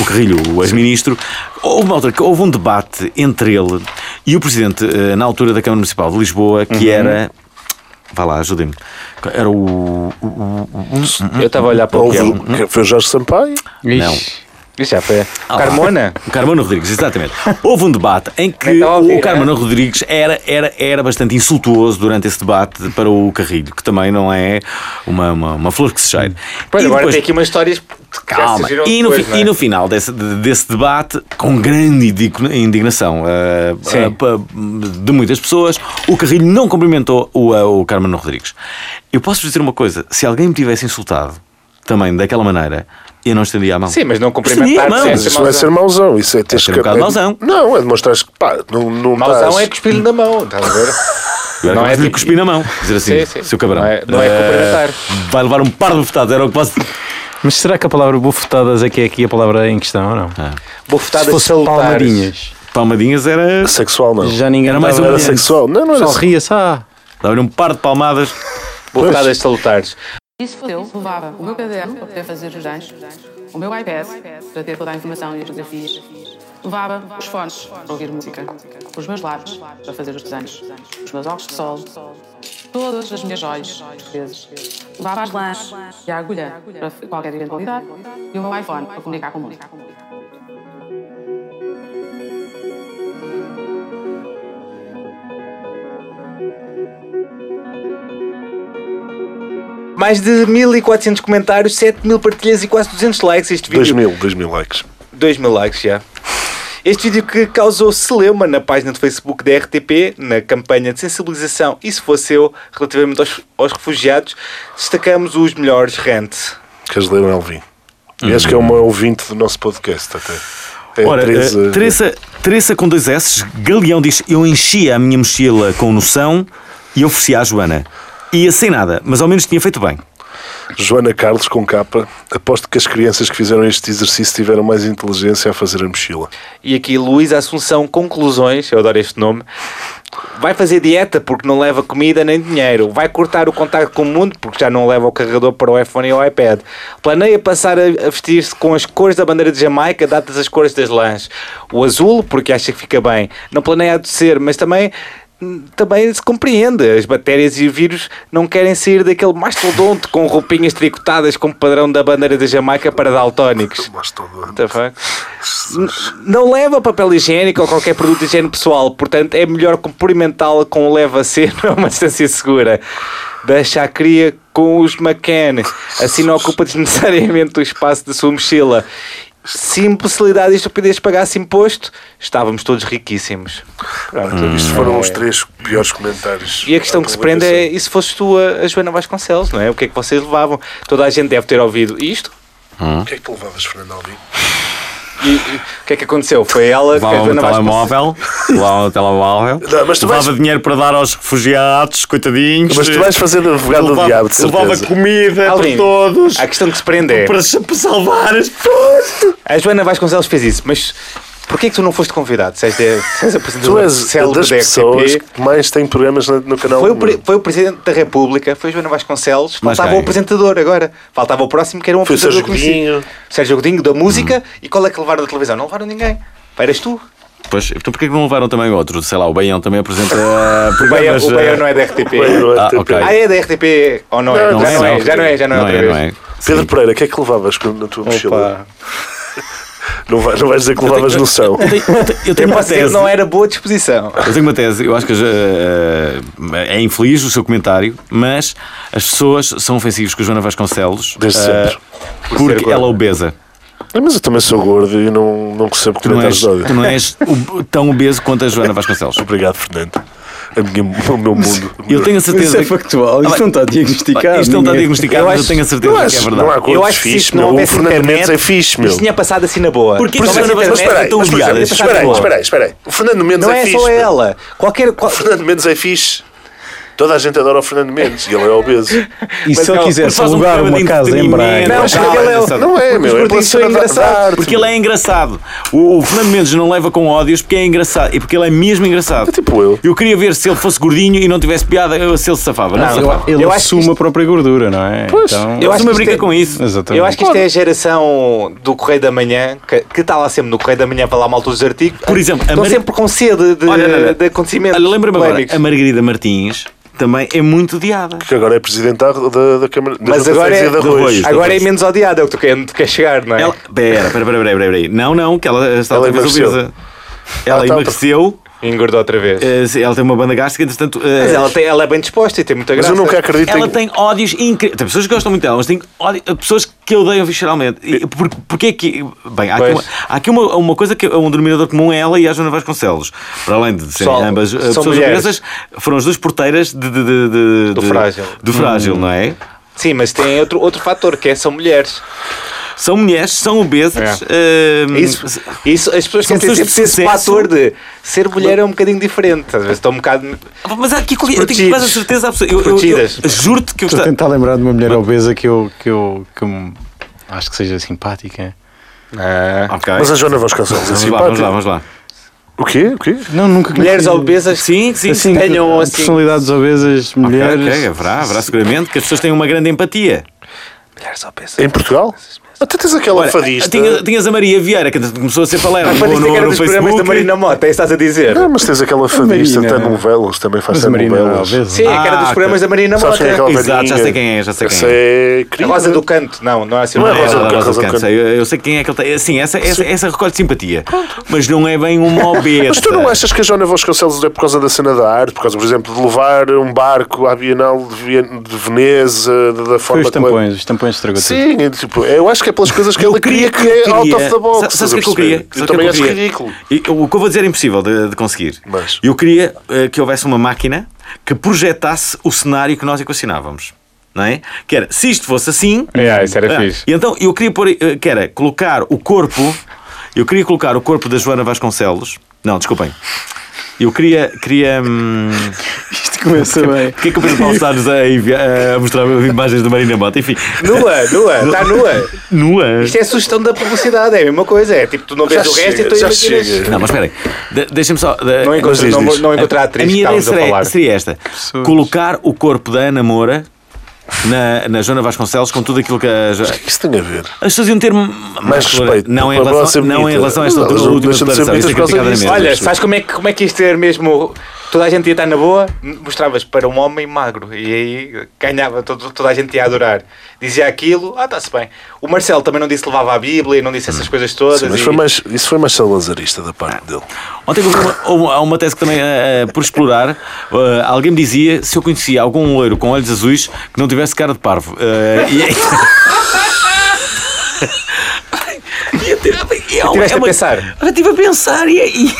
Speaker 1: o Carrilho, o ex-ministro. Houve uma altura que houve um debate entre ele e o presidente, eh, na altura da Câmara Municipal de Lisboa, que
Speaker 3: Uhum.
Speaker 1: era. Vá lá, ajudem-me. Era o. o- o-
Speaker 2: Eu estava a olhar para o
Speaker 3: Houve-
Speaker 2: Guilherme.
Speaker 3: que Foi o Jorge Sampaio.
Speaker 1: Não.
Speaker 2: Isso já foi.
Speaker 1: Ah, lá.
Speaker 2: Carmona?
Speaker 1: Carmona Rodrigues, exatamente. Houve um debate em
Speaker 2: Nem
Speaker 1: que
Speaker 2: estava a ouvir,
Speaker 1: o Carmona
Speaker 2: é?
Speaker 1: Rodrigues era, era, era bastante insultuoso durante esse debate para o Carrilho, que também não é uma, uma, uma flor que se cheire.
Speaker 2: Pois
Speaker 1: E
Speaker 2: agora
Speaker 1: depois-
Speaker 2: tem aqui umas histórias que já
Speaker 1: Calma.
Speaker 2: surgiram
Speaker 1: E no,
Speaker 2: depois,
Speaker 1: fi-
Speaker 2: não é?
Speaker 1: e no final desse, de- desse debate, com grande indign- indignação ah,
Speaker 2: Sim.
Speaker 1: ah, pa- de muitas pessoas, o Carrilho não cumprimentou o, ah, o Carmen Rodrigues. Eu posso vos dizer uma coisa: se alguém me tivesse insultado também daquela maneira, eu não estendia a mão.
Speaker 2: Sim, mas não
Speaker 1: Estendia
Speaker 2: cumprimentar
Speaker 1: a mão.
Speaker 2: disseste
Speaker 3: Mas isso não é
Speaker 2: mauzão.
Speaker 3: ser mauzão. Isso é ter
Speaker 1: ser um bocado mauzão.
Speaker 3: Não, é demonstrar que pá, não, não tá
Speaker 2: Mauzão
Speaker 3: estás-
Speaker 2: é cuspir-lhe na mão, estás a ver?
Speaker 1: Não,
Speaker 2: Não
Speaker 1: é
Speaker 2: é
Speaker 1: de lhe
Speaker 2: tipo-
Speaker 1: cuspir na mão. Dizer assim,
Speaker 2: Sim, sim.
Speaker 1: seu cabrão.
Speaker 2: Não é- não é
Speaker 1: eh,
Speaker 2: cumprimentar.
Speaker 1: vai levar um par de bofetadas, era o que posso.
Speaker 6: Mas será que a palavra bufetadas é que é aqui a palavra em questão ou não? Se
Speaker 2: Bofetadas
Speaker 6: fosse
Speaker 2: salutares.
Speaker 6: palmadinhas,
Speaker 1: Palmadinhas era.
Speaker 3: Sexual, não.
Speaker 6: já ninguém
Speaker 1: Era mais
Speaker 6: dava-
Speaker 1: um
Speaker 3: Era
Speaker 1: Aliás,
Speaker 3: sexual. Não, não era
Speaker 6: Só
Speaker 3: sexual.
Speaker 6: ria-se, ah,
Speaker 1: Dava-lhe um par de palmadas.
Speaker 2: Bofetadas salutares.
Speaker 7: Isso foi eu levava o meu caderno para poder fazer os danos, o meu iPad para ter toda a informação e as fotografias, levava os fones para ouvir música, os meus lápis para fazer os desenhos, os meus óculos de sol, todas as minhas joias, vezes. levava as lãs e a agulha para qualquer eventualidade e o meu iPhone para comunicar com o mundo.
Speaker 2: Mais de 1400 comentários, 7000 partilhas e quase 200 likes este vídeo.
Speaker 3: 2 mil, 2 mil likes.
Speaker 2: 2 mil likes já. Este vídeo que causou celeuma na página do Facebook da RTP, na campanha de sensibilização E Se Fosse Eu, relativamente aos, aos refugiados, destacamos os melhores rants.
Speaker 3: Queres ler, Alvin? E acho que é uma ouvinte do nosso podcast, até. É
Speaker 1: Ora,
Speaker 3: Teresa-
Speaker 1: eh, Teresa, Teresa com dois S, Galeão diz: Eu enchia a minha mochila com noção e oferecia à Joana. Ia sem nada, mas ao menos tinha feito bem.
Speaker 3: Joana Carlos com capa. Aposto que as crianças que fizeram este exercício tiveram mais inteligência a fazer a mochila.
Speaker 2: E aqui Luís Assunção Conclusões, eu adoro este nome. Vai fazer dieta porque não leva comida nem dinheiro. Vai cortar o contacto com o mundo porque já não leva o carregador para o iPhone e o iPad. Planeia passar a a vestir-se com as cores da bandeira de Jamaica, datas as cores das lãs. O azul porque acha que fica bem. Não planeia adoecer, mas também também se compreende. As bactérias e vírus não querem sair daquele mastodonte com roupinhas tricotadas com o padrão da bandeira da Jamaica para daltónicos. What the fuck? N- Não leva papel higiênico ou qualquer produto de higiene pessoal, portanto é melhor cumprimentá-la com um o leva a ser a é uma distância segura. Deixa a cria com os McCann, assim não ocupa desnecessariamente o espaço da sua mochila. Se imbecilidade e estupidez pagasse imposto, estávamos todos riquíssimos. Pronto.
Speaker 3: Isto foram os três piores comentários.
Speaker 2: E a questão que se prende é: e se fosses tu a, a Joana Vasconcelos, não é? O que é que vocês levavam? Toda a gente deve ter ouvido isto.
Speaker 3: O que é que tu levavas, Fernando Alvin?
Speaker 2: E, e o que é que aconteceu? Foi ela que a
Speaker 1: Levava um
Speaker 2: Joana Vasconcelos.
Speaker 1: telemóvel, levava um telemóvel,
Speaker 3: Não, mas tu vais-
Speaker 1: levava dinheiro para dar aos refugiados, coitadinhos.
Speaker 3: Mas tu vais fazer de advogado do diabo, de
Speaker 1: levava
Speaker 3: certeza.
Speaker 1: comida
Speaker 2: Alvin,
Speaker 1: para todos,
Speaker 2: A questão que se prende é:
Speaker 1: para, para salvar as pessoas.
Speaker 2: a Joana Vasconcelos fez isso, mas porquê é que tu não foste convidado? Se és, de, se és
Speaker 3: Tu
Speaker 2: apresentador
Speaker 3: és
Speaker 2: célebre
Speaker 3: das
Speaker 2: da
Speaker 3: pessoas
Speaker 2: RTP.
Speaker 3: que mais têm programas no, no canal.
Speaker 2: Foi o,
Speaker 3: do
Speaker 2: pre-
Speaker 3: mundo.
Speaker 2: foi o Presidente da República, foi a Joana Vasconcelos,
Speaker 1: Mas
Speaker 2: faltava
Speaker 1: quem?
Speaker 2: o apresentador agora. Faltava o próximo, que era um
Speaker 3: Foi o
Speaker 2: apresentador
Speaker 3: Sérgio Godinho. Hum.
Speaker 2: Sérgio Godinho, da música. E qual é que levaram da televisão? Não levaram ninguém. Eras tu.
Speaker 1: Pois, então porquê que não levaram também outro? Sei lá, o Baião também apresenta ah,
Speaker 2: O Baião
Speaker 1: programas...
Speaker 2: o Baião
Speaker 1: ah,
Speaker 2: não é da RTP.
Speaker 3: Bem, eh, não é
Speaker 1: Ah,
Speaker 3: TP.
Speaker 1: ok.
Speaker 2: Ah, é da RTP ou não, é?
Speaker 1: eh,
Speaker 3: Não,
Speaker 2: já
Speaker 3: não
Speaker 2: não
Speaker 3: é,
Speaker 2: é, já não é, já não é outra vez.
Speaker 1: não é.
Speaker 3: Pedro Pereira, o que é que levavas na tua mochila?
Speaker 2: Opa.
Speaker 3: Não, vai, não vais dizer que levavas noção.
Speaker 1: é. Eu
Speaker 2: Eu
Speaker 1: tenho uma
Speaker 2: posso dizer que
Speaker 1: tese.
Speaker 3: assim.
Speaker 2: não é. era boa disposição.
Speaker 1: Eu tenho uma tese, eu acho que eh, é infeliz o seu comentário, mas as pessoas são ofensivas com a Joana Vasconcelos
Speaker 3: Desde
Speaker 1: eh,
Speaker 3: sempre. Ah,
Speaker 1: porque
Speaker 2: gorda.
Speaker 1: ela é obesa.
Speaker 3: Mas eu também sou gordo e não, não recebo
Speaker 1: Tu não, és,
Speaker 3: comentários de
Speaker 1: tu
Speaker 3: ódio.
Speaker 1: não és ob- tão obeso quanto a Joana Vasconcelos.
Speaker 3: Obrigado, Fernando. A minha- o meu mundo.
Speaker 1: Eu tenho a
Speaker 4: Isso
Speaker 1: certeza.
Speaker 4: é factual, isto não está diagnosticado.
Speaker 1: Isto não está
Speaker 4: ninguém-
Speaker 1: diagnosticado,
Speaker 2: Eu
Speaker 1: mas eu
Speaker 2: acho-
Speaker 1: tenho a certeza
Speaker 3: não
Speaker 1: que é
Speaker 3: acho,
Speaker 1: verdade.
Speaker 3: não há gordos
Speaker 2: acho que se
Speaker 3: fixe,
Speaker 2: isto não
Speaker 3: meu. O
Speaker 2: houvesse
Speaker 3: Fernando Mendes
Speaker 2: internet,
Speaker 3: é fixe, meu.
Speaker 2: Isto tinha passado assim na boa.
Speaker 1: Porquê que
Speaker 2: Se
Speaker 1: a Joana Vasconcelos-
Speaker 2: houvesse
Speaker 3: Mas é espera aí,
Speaker 2: internet,
Speaker 3: mas, por exemplo,
Speaker 2: tinha
Speaker 1: humilhadas.
Speaker 2: passado
Speaker 3: espera aí,
Speaker 2: na boa.
Speaker 3: espera aí, espera aí. O Fernando Mendes
Speaker 2: Não
Speaker 3: é,
Speaker 2: é
Speaker 3: fixe.
Speaker 2: só
Speaker 3: meu.
Speaker 2: ela. Qualquer. qual-
Speaker 3: O Fernando Mendes é fixe. Toda a gente adora o Fernando Mendes e ele é obeso.
Speaker 6: E
Speaker 4: é
Speaker 6: se
Speaker 2: não,
Speaker 6: ele quisesse
Speaker 1: faz um
Speaker 6: alugar
Speaker 1: programa de
Speaker 6: uma casa em Braga,
Speaker 4: um
Speaker 1: entretenimento.
Speaker 2: Não,
Speaker 1: Não,
Speaker 2: porque ele é.
Speaker 1: não,
Speaker 3: Não é, meu. É
Speaker 2: gordinhos são
Speaker 3: pela cena da-
Speaker 2: engraçados,
Speaker 3: da arte.
Speaker 1: Porque ele é engraçado. O, o Fernando Mendes não leva com ódios porque é engraçado. E porque ele é mesmo engraçado.
Speaker 3: É tipo eu.
Speaker 1: Eu queria ver se ele fosse gordinho e não tivesse piada, eu- se ele se safava. Não, se
Speaker 4: Eu-
Speaker 1: safava.
Speaker 4: Ele
Speaker 2: Eu acho que
Speaker 4: assume a própria gordura, não é? Pois,
Speaker 2: eu
Speaker 1: Mas
Speaker 2: acho
Speaker 1: uma
Speaker 2: que isto
Speaker 1: brinca
Speaker 2: é-
Speaker 1: com isso.
Speaker 4: Exatamente.
Speaker 2: Eu acho que isto é a geração do Correio da Manhã, que, que está lá sempre no Correio da Manhã para lá malta dos artigos.
Speaker 1: Por exemplo, a
Speaker 2: estão
Speaker 1: Mari-
Speaker 2: sempre com sede de,
Speaker 1: Olha, não, não.
Speaker 2: de acontecimentos.
Speaker 1: Olha, lembra-me agora,
Speaker 2: polémicos.
Speaker 1: a Margarida Martins também é muito odiada.
Speaker 3: Que agora é presidente da, da, da Câmara da
Speaker 2: Mas
Speaker 3: Junta de
Speaker 2: agora é,
Speaker 3: Freguesia de Arroios.
Speaker 2: agora é menos odiado, é o que tu quer, onde tu queres chegar, não é?
Speaker 1: Ela. Pera, pera, pera, pera, pera, pera. Não, não, que ela está
Speaker 3: Ela
Speaker 1: outra vez
Speaker 3: emagreceu.
Speaker 1: obesa. Ela
Speaker 3: Ah, tá,
Speaker 1: emagreceu,
Speaker 2: Engordou outra vez.
Speaker 1: eh, ela tem uma banda gástrica, entretanto. eh,
Speaker 2: Mas ela, tem- ela é bem disposta e tem muita
Speaker 3: Mas
Speaker 2: graça.
Speaker 3: eu nunca acredito
Speaker 1: Ela
Speaker 3: em...
Speaker 1: tem ódios incríveis. Tem pessoas que gostam muito dela, mas tem ódio... pessoas que odeiam visceralmente. E por- Porquê é que. Bem, há aqui,
Speaker 2: Pois.
Speaker 1: uma, há aqui uma, uma coisa que é um denominador comum é ela e a Joana Vasconcelos. Para além de serem
Speaker 2: Só-
Speaker 1: ambas eh,
Speaker 2: são
Speaker 1: pessoas
Speaker 2: mulheres.
Speaker 1: obesas, foram as duas porteiras de, de- de- de-
Speaker 2: Do
Speaker 1: de-
Speaker 2: frágil. Hum.
Speaker 1: Do frágil, não é?
Speaker 2: Sim, mas tem outro, outro fator, que é, são mulheres.
Speaker 1: São mulheres, são obesas. eh,
Speaker 2: É. Isso,
Speaker 3: Uhum.
Speaker 2: isso, as pessoas
Speaker 1: São
Speaker 2: têm sempre
Speaker 1: pessoas de
Speaker 2: esse
Speaker 1: sucesso.
Speaker 2: fator de ser mulher é um bocadinho diferente. Às vezes estão um bocado.
Speaker 1: Ah, Mas há aqui qualquer- eu tenho
Speaker 2: Desprotegidos.
Speaker 1: quase a certeza absoluta. Eu, eu- eu,
Speaker 2: Desprotegidas.
Speaker 1: juro-te que eu
Speaker 4: Estou a
Speaker 1: gostava.
Speaker 4: tentar lembrar de uma mulher obesa que eu, que eu que me- acho que seja simpática.
Speaker 1: Ok.
Speaker 3: Mas a Joana Vasconcelos é
Speaker 1: Vamos lá, vamos lá,
Speaker 3: simpática.
Speaker 1: vamos lá.
Speaker 3: O quê? O quê?
Speaker 4: Não, nunca
Speaker 2: Mulheres
Speaker 4: conheci-
Speaker 2: obesas
Speaker 1: Sim, sim,
Speaker 4: Assim,
Speaker 2: tenham, assim-
Speaker 4: personalidades obesas,
Speaker 1: Mulheres.
Speaker 4: mulheres.
Speaker 1: haverá, haverá seguramente que as pessoas têm uma grande empatia.
Speaker 2: Mulheres obesas.
Speaker 3: Em Portugal? Até tens aquela fadista.
Speaker 1: Tinhas, tinhas a Maria Vieira, que começou a ser palermo
Speaker 3: Ah,
Speaker 2: Mas
Speaker 1: no,
Speaker 2: isto é que era
Speaker 1: no, no
Speaker 2: dos programas da
Speaker 1: Facebook.
Speaker 2: Marina Mota, é isso que estás a dizer?
Speaker 3: Não, Ah, mas tens aquela fadista,
Speaker 4: Marina-
Speaker 3: até novelas, também faz
Speaker 4: Mas a Marina não é
Speaker 3: telenovelas.
Speaker 4: obesa.
Speaker 2: Sim, é que era dos
Speaker 1: Ah,
Speaker 2: programas da Marina
Speaker 3: Sabes quem é
Speaker 2: Mota.
Speaker 3: aquela
Speaker 1: Exato, já
Speaker 3: velhinha?
Speaker 1: sei quem é, já sei quem
Speaker 3: Essa
Speaker 1: é.
Speaker 3: é
Speaker 2: A
Speaker 3: querida.
Speaker 2: Rosa do Canto, não, não é assim.
Speaker 3: Não é
Speaker 2: uma-
Speaker 3: Rosa do
Speaker 1: Ela
Speaker 3: Canto,
Speaker 1: Rosa do
Speaker 3: Rosa do
Speaker 1: Canto,
Speaker 3: Canto.
Speaker 1: sei, Eu, eu sei quem é que ele tem. Sim, essa, essa, essa recolhe simpatia. Mas não é bem uma obesa.
Speaker 3: Mas tu não achas que a Joana Vasconcelos é por causa da cena da arte, por causa, por exemplo, de levar um barco à Bienal de, Vien- de Veneza, da, da
Speaker 4: Foi
Speaker 3: forma
Speaker 4: os
Speaker 3: como- é-
Speaker 4: tampões, os tampões estragou tudo.
Speaker 3: Sim, é, tipo, eu acho que é pelas coisas que ela queria que é out of the box.
Speaker 1: Sabe- Sabes o que é que eu
Speaker 3: estás
Speaker 1: queria? Sabes o que
Speaker 3: a perceber? Eu
Speaker 1: é que
Speaker 3: também
Speaker 1: eu
Speaker 3: acho
Speaker 1: queria?
Speaker 3: ridículo.
Speaker 1: E eu- o que eu vou dizer é impossível de, de conseguir.
Speaker 3: Mas-
Speaker 1: Eu queria eh, que houvesse uma máquina que projetasse o cenário que nós equacionávamos. Não é? Que era, se isto fosse assim.
Speaker 2: Yeah, É, isso
Speaker 3: É.
Speaker 2: era
Speaker 1: Ah,
Speaker 2: fixe.
Speaker 1: E então eu queria pôr, eh, que era colocar o corpo. Eu queria colocar o corpo da Joana Vasconcelos. Não, desculpem. Eu queria. queria hum,
Speaker 4: Isto começa bem.
Speaker 1: Porquê que o Pedro Paulo está a, envi- a mostrar imagens da Marina Mota? Enfim,
Speaker 2: Nua, nua, está nua.
Speaker 1: nua.
Speaker 2: Isto é a sugestão da publicidade, é a mesma coisa. É tipo, tu não vês
Speaker 3: Já
Speaker 2: o resto e
Speaker 3: chega,
Speaker 2: tu
Speaker 3: já
Speaker 2: imaginas.
Speaker 3: chega.
Speaker 1: Não, mas esperem. De, Deixem-me só. de-
Speaker 2: Não encontro,
Speaker 3: diz,
Speaker 2: não,
Speaker 3: diz.
Speaker 2: não encontro a atriz
Speaker 1: a
Speaker 2: que
Speaker 1: minha ideia
Speaker 2: estávamos a
Speaker 1: seria,
Speaker 2: falar.
Speaker 1: seria esta: colocar o corpo da Ana Moura na, na Joana Vasconcelos com tudo aquilo que a, Jo-
Speaker 3: Isso tem a ver.
Speaker 1: as pessoas iam ter m-
Speaker 3: Mais
Speaker 1: clareza.
Speaker 3: respeito.
Speaker 1: Não em
Speaker 3: Para ela
Speaker 1: relação,
Speaker 3: ser
Speaker 1: não em
Speaker 3: bonita.
Speaker 1: relação a esta
Speaker 3: Não,
Speaker 1: última
Speaker 3: não
Speaker 1: última
Speaker 3: deixa de ser
Speaker 1: declaração. Isto é
Speaker 3: bonita por causa
Speaker 1: criticado na
Speaker 3: disso.
Speaker 1: mesa.
Speaker 2: Olha, sabes como é, que, como é que isto era mesmo? Toda a gente ia estar na boa, mostravas para um homem magro e aí ganhava, todo- toda a gente ia adorar. Dizia aquilo, ah, está-se bem. O Marcelo também não disse que levava a Bíblia e não disse essas coisas todas.
Speaker 3: Hum. Sim, mas
Speaker 2: e-
Speaker 3: foi mais, isso foi mais salazarista da parte dele.
Speaker 1: Ontem houve uma, houve- há uma tese que também, eh, eh, por explorar, eh, alguém me dizia se eu conhecia algum loiro com olhos azuis que não tivesse cara de parvo. Eh, e aí- É uma-
Speaker 2: Tiveste
Speaker 1: é
Speaker 2: a
Speaker 1: uma-
Speaker 2: pensar.
Speaker 1: Eu estive a pensar e. é e-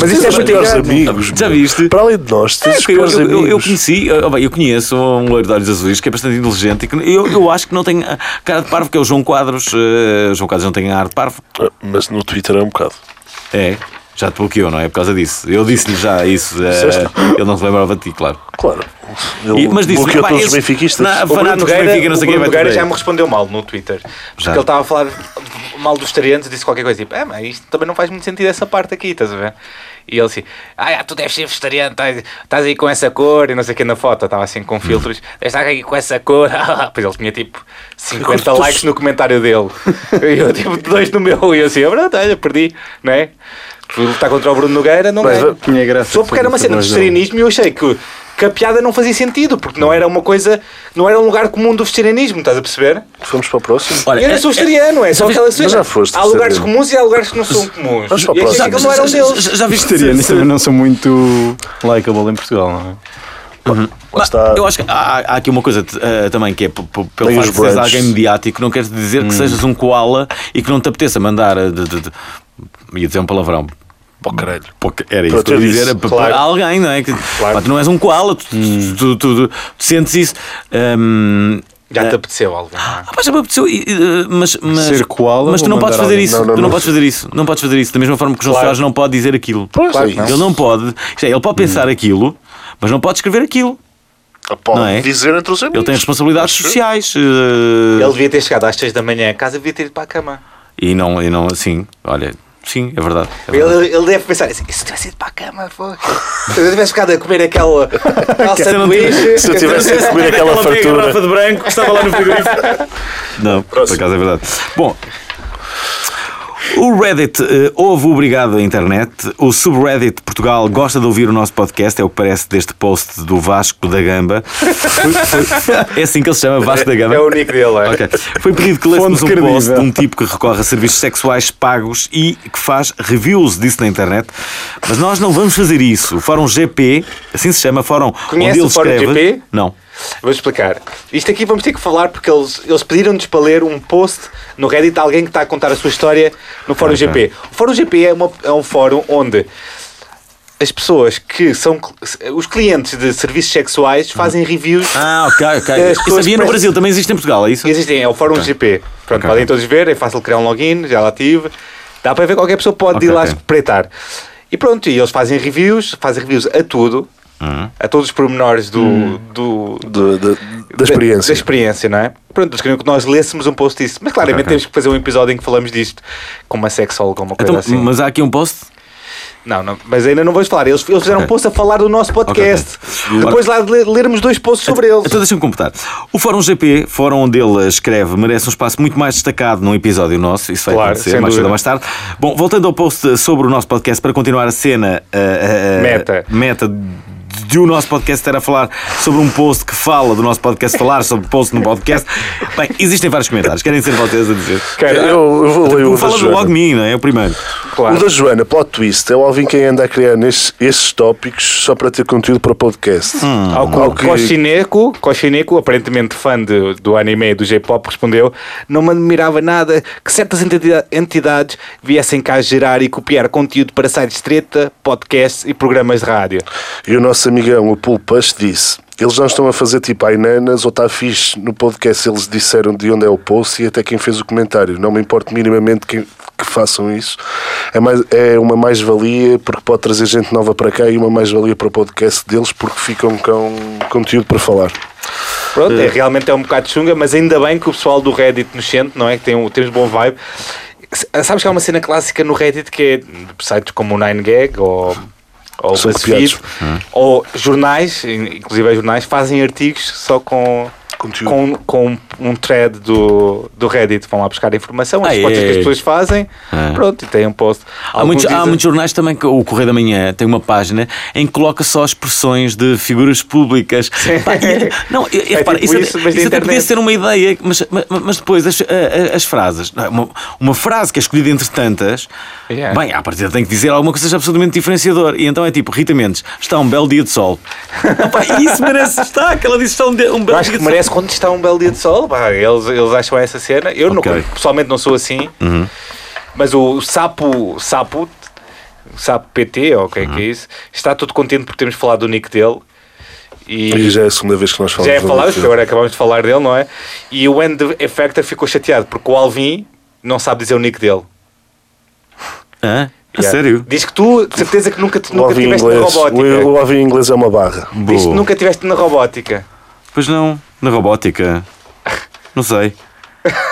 Speaker 2: Mas isto é
Speaker 3: Os
Speaker 2: muito
Speaker 3: melhores
Speaker 2: engraçado.
Speaker 3: amigos.
Speaker 1: Já
Speaker 3: meu.
Speaker 1: viste?
Speaker 3: Para além de nós,
Speaker 1: É,
Speaker 3: tens os
Speaker 1: eu,
Speaker 3: piores
Speaker 1: eu- eu- eu
Speaker 3: amigos.
Speaker 1: conheci, eu, bem, eu conheço um loiro de olhos azuis que é bastante inteligente e que eu, eu acho que não tem a cara de parvo, que é o João Quadros. Eh, o João Quadros não tem a ar de parvo.
Speaker 3: Ah, Mas no Twitter é um bocado.
Speaker 1: É, já te bloqueou, não é? Por causa disso. Eu disse-lhe já isso. eh,
Speaker 3: Disseste?
Speaker 1: ele não se lembrava de ti, claro.
Speaker 3: Claro. Ele
Speaker 1: E- mas disse,
Speaker 3: bloqueou
Speaker 1: "Pá,
Speaker 3: todos os
Speaker 1: esse-
Speaker 3: benfiquistas.
Speaker 1: na-
Speaker 2: O Bruno
Speaker 1: fanáticos do
Speaker 2: Nogueira,
Speaker 1: Benfica, não sei
Speaker 2: o
Speaker 1: quem
Speaker 2: Bruno
Speaker 1: vai
Speaker 2: Nogueira
Speaker 1: tudo
Speaker 2: já
Speaker 1: bem.
Speaker 2: me respondeu mal no Twitter. Porque
Speaker 1: Já.
Speaker 2: ele estava a falar mal dos tarianos e disse qualquer coisa tipo, é, mas isto também não faz muito sentido essa parte aqui, estás a ver? E ele assim, ah, ah, tu deves ser vegetariano, estás, estás aí com essa cor e não sei o que na foto, estava assim com filtros,
Speaker 1: Hum.
Speaker 2: deves estar aí com essa cor. Pois ele tinha tipo 50
Speaker 3: Eu gosto-
Speaker 2: likes no comentário dele. E eu tipo dois no meu e eu assim, ah, pronto, olha, perdi, não é? Fui lutar contra o Bruno Nogueira, não
Speaker 3: Mas,
Speaker 2: ganho.
Speaker 4: Tinha graça.
Speaker 2: Só porque era uma cena de
Speaker 4: Mas não.
Speaker 2: vegetarianismo e eu achei que que a piada não fazia sentido, porque não era uma coisa, não era um lugar comum do vegetarianismo, estás a perceber?
Speaker 3: Fomos para o próximo.
Speaker 2: eu não sou vegetariano, é só aquela
Speaker 3: Mas
Speaker 2: coisa.
Speaker 3: já foste
Speaker 2: Há lugares
Speaker 3: vegetariano.
Speaker 2: comuns e há lugares que não são comuns.
Speaker 3: Vamos para o
Speaker 2: E aqui
Speaker 3: próximo.
Speaker 2: aquele não era um deles.
Speaker 1: Já, já viste
Speaker 6: Vegetarianos também não são muito likeable em Portugal, não é?
Speaker 3: Lá está.
Speaker 1: Eu acho que há, há aqui uma coisa eh, também que é p- p- pelo
Speaker 3: Tem
Speaker 1: facto
Speaker 3: os Hum.
Speaker 1: de seres
Speaker 3: brunches.
Speaker 1: alguém mediático, não quer dizer que sejas um koala e que não te apeteça mandar. eh, De, de, de, ia dizer um palavrão.
Speaker 3: Pô, caralho.
Speaker 1: Porque era
Speaker 3: Para
Speaker 1: isso que eu
Speaker 3: ter
Speaker 1: ia dizer
Speaker 3: isso,
Speaker 1: era para
Speaker 3: claro. Hum.
Speaker 1: para alguém, não é? Que, pá, tu não és um koala, tu, tu- tu- tu- tu sentes isso. Hum,
Speaker 2: Já te apeteceu algo. não é?
Speaker 1: ah, pá, já me apeteceu, e, e, mas, mas,
Speaker 6: Ser koala
Speaker 1: mas tu
Speaker 6: ou
Speaker 1: não podes
Speaker 6: mandar
Speaker 1: fazer
Speaker 6: alguém?
Speaker 1: isso,
Speaker 3: Não, não,
Speaker 1: tu não,
Speaker 3: não.
Speaker 1: podes fazer isso, não podes fazer isso, da mesma forma que o João Soares não pode dizer aquilo.
Speaker 3: Claro que
Speaker 1: Ele não pode, isto é, ele pode
Speaker 3: Hum.
Speaker 1: pensar aquilo, mas não pode escrever aquilo.
Speaker 3: Pode
Speaker 1: Não é?
Speaker 3: dizer entre os amigos.
Speaker 1: Ele tem responsabilidades
Speaker 3: Acho eu.
Speaker 1: sociais. eh,
Speaker 2: Ele devia ter chegado às 6 da manhã a casa, devia ter ido para a cama.
Speaker 1: E não, e não, sim, olha, sim, é verdade. é verdade.
Speaker 2: Ele, ele deve pensar assim: se eu tivesse ido para a cama, foi. Se eu tivesse ficado a comer aquela, aquela
Speaker 1: Se eu não
Speaker 2: sanduíche.
Speaker 3: Se eu tivesse a comer aquela fartura.
Speaker 1: de branco que estava lá no frigorífico. Não, por acaso é verdade. Bom. O Reddit eh, ouve o Obrigado à Internet. O subreddit de Portugal gosta de ouvir o nosso podcast, é o que parece deste post do Vasco da Gamba. Foi- foi- é assim que ele se chama, Vasco da Gamba.
Speaker 2: É o único dele, é.
Speaker 1: Ok. Foi pedido que lêssemos um
Speaker 6: Fonte
Speaker 1: post de
Speaker 6: credível.
Speaker 1: um tipo que recorre a serviços sexuais pagos e que faz reviews disso na internet. Mas nós não vamos fazer isso. O Fórum GP, assim se chama, Fórum
Speaker 2: Conhece
Speaker 1: onde ele
Speaker 2: o Fórum
Speaker 1: escreve.
Speaker 2: GP?
Speaker 1: Não.
Speaker 2: Vou explicar. Isto aqui vamos ter que falar porque eles, eles pediram-nos para ler um post no Reddit de alguém que está a contar a sua história no Fórum GP. O Fórum GP é, uma- é um fórum onde as pessoas que são cl- os clientes de serviços sexuais fazem reviews.
Speaker 1: Ah, ok, ok.
Speaker 2: As
Speaker 1: Isso
Speaker 2: pessoas
Speaker 1: havia no
Speaker 2: parecem-
Speaker 1: Brasil, também existe em Portugal, é isso?
Speaker 2: que Existem, é o Fórum GP. Pronto,
Speaker 1: Ok.
Speaker 2: podem todos ver, é fácil criar um login, já lá tive. Dá para ver, qualquer pessoa pode
Speaker 1: Ok,
Speaker 2: ir lá
Speaker 1: ok.
Speaker 2: espreitar. E pronto, e eles fazem reviews, fazem reviews a tudo,
Speaker 1: Ah.
Speaker 2: a todos os pormenores do,
Speaker 1: Hum.
Speaker 2: do,
Speaker 3: De- de- Da experiência.
Speaker 2: Da experiência, não é? Pronto, eles queriam que nós lêssemos um post disso. Mas
Speaker 1: Ok,
Speaker 2: claramente
Speaker 1: ok.
Speaker 2: temos que fazer um episódio em que falamos disto com uma sexóloga ou uma coisa
Speaker 1: Então,
Speaker 2: assim.
Speaker 1: Mas há aqui um post?
Speaker 2: Não, não, mas ainda não vamos falar. Eles, eles fizeram
Speaker 1: Ok.
Speaker 2: um post a falar do nosso podcast.
Speaker 1: Ok, ok.
Speaker 2: Depois lá de ler- lermos dois posts sobre eles.
Speaker 1: Então deixa-me completar. O Fórum GP, fórum onde ele escreve, merece um espaço muito mais destacado num episódio nosso. Isso vai
Speaker 2: Claro,
Speaker 1: acontecer
Speaker 2: sem
Speaker 1: mais cedo
Speaker 2: dúvida.
Speaker 1: ou mais tarde. Bom, voltando ao post sobre o nosso podcast, para continuar a cena. a- a- a-
Speaker 2: Meta.
Speaker 1: Meta de o nosso podcast estar a falar sobre um post que fala do nosso podcast falar sobre post no podcast. Bem, existem vários comentários. Querem ser vocês a dizer?
Speaker 3: Eu, eu vou ler
Speaker 1: Um
Speaker 3: o da
Speaker 1: fala
Speaker 3: Joana.
Speaker 1: logo de mim, não é? O primeiro.
Speaker 2: Claro.
Speaker 3: O da Joana, plot twist, é o Alvin quem anda a criar nestes, estes tópicos só para ter conteúdo para podcast.
Speaker 2: Ao que
Speaker 3: Ao que-
Speaker 2: Koshineko, Koshineko, aparentemente fã de- do anime e do J-pop, respondeu: Não me admirava nada que certas entida- entidades viessem cá gerar e copiar conteúdo para sites de treta, podcasts e programas de rádio.
Speaker 3: E o nosso amigão, o Pulpas, disse: Eles não estão a fazer tipo ai nanas ou está fixe no podcast. Eles disseram de onde é o post e até quem fez o comentário. Não me importa minimamente quem- que façam isso. É, mais, é uma mais-valia porque pode trazer gente nova para cá e uma mais-valia para o podcast deles porque ficam com conteúdo para falar.
Speaker 2: Pronto,
Speaker 1: Eh.
Speaker 2: é, realmente é um bocado chunga, mas ainda bem que o pessoal do Reddit nos sente, não é? Que tem um, temos bom vibe. S- ah, Sabes que há uma cena clássica no Reddit que é sites como o 9gag ou, ou
Speaker 3: São
Speaker 2: BuzzFeed, ah. ou jornais, in- inclusive os jornais, fazem artigos só com,
Speaker 3: Conteúdo.
Speaker 2: com, com um thread do, do Reddit. Vão lá buscar informação, as
Speaker 1: Ah, é,
Speaker 2: respostas que as
Speaker 1: é. Ah.
Speaker 2: pessoas fazem, pronto, e tem um post.
Speaker 1: Há
Speaker 2: Alguns
Speaker 1: muitos, há
Speaker 2: dizem-
Speaker 1: muitos jornais também, que o Correio da Manhã tem uma página em que coloca só expressões de figuras públicas. Pá, e- não, e- e
Speaker 2: É
Speaker 1: repara,
Speaker 2: tipo
Speaker 1: isso,
Speaker 2: isso, mas
Speaker 1: até, isso
Speaker 2: da
Speaker 1: até
Speaker 2: internet.
Speaker 1: podia ser uma ideia, mas, mas, mas depois as, a- a- as frases. não é? Uma, uma frase que é escolhida entre tantas,
Speaker 2: Yeah.
Speaker 1: bem, à partida tem que dizer alguma coisa absolutamente diferenciador. E então é tipo, Rita Mendes, está um belo dia de sol. Pá, isso merece destaque, ela disse está um, de- um
Speaker 2: Eu
Speaker 1: belo
Speaker 2: acho
Speaker 1: dia
Speaker 2: que
Speaker 1: de sol.
Speaker 2: merece quando está um belo dia de sol. pá, eles, eles acham essa cena. Eu
Speaker 1: Ok.
Speaker 2: não, pessoalmente não sou assim.
Speaker 3: Uhum.
Speaker 2: Mas o Sapo, Sapo, Sapo PT, ou o que
Speaker 3: Uhum.
Speaker 2: é que é isso, está todo contente por termos falado do nick dele.
Speaker 3: E
Speaker 2: E
Speaker 3: já é a segunda vez que nós falamos.
Speaker 2: já é
Speaker 3: do
Speaker 2: falado, porque
Speaker 3: conteúdo.
Speaker 2: agora acabamos de falar dele, não é? E o End Factor ficou chateado porque o Alvin não sabe dizer o nick dele.
Speaker 1: Hã? A
Speaker 2: Yeah.
Speaker 1: Sério?
Speaker 2: Diz que tu, de certeza, que nunca,
Speaker 3: O
Speaker 2: nunca
Speaker 3: Alvin
Speaker 2: tiveste na
Speaker 3: inglês, o,
Speaker 2: robótica.
Speaker 3: o Alvin inglês é uma barra.
Speaker 2: Diz que
Speaker 1: Boa.
Speaker 2: nunca tiveste na robótica.
Speaker 1: Pois não, na robótica. Não sei.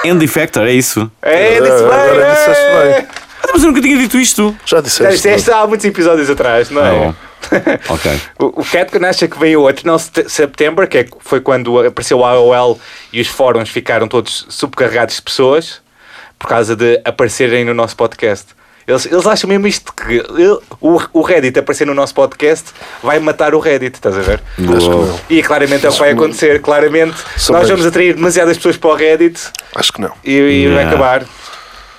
Speaker 1: End Effector, é isso?
Speaker 2: É, disse bem,
Speaker 3: agora
Speaker 2: é.
Speaker 3: disseste bem.
Speaker 1: Ah, mas eu nunca tinha dito isto.
Speaker 3: Já
Speaker 2: Já
Speaker 3: disseste.
Speaker 2: disseste é há muitos episódios atrás, não é?
Speaker 1: ok.
Speaker 2: O, o Catcon acha que vem o Eternal Set- September, que é- foi quando apareceu o AOL e os fóruns ficaram todos subcarregados de pessoas por causa de aparecerem no nosso podcast. Eles, eles acham mesmo isto que eu- o, o Reddit aparecer no nosso podcast vai matar o Reddit, estás a ver?
Speaker 3: Acho que não.
Speaker 2: E claramente é o que vai acontecer, claramente.
Speaker 3: Sou
Speaker 2: Nós
Speaker 3: bem.
Speaker 2: vamos atrair demasiadas pessoas para o Reddit
Speaker 3: Acho que não.
Speaker 2: e, e vai
Speaker 1: Yeah.
Speaker 2: acabar.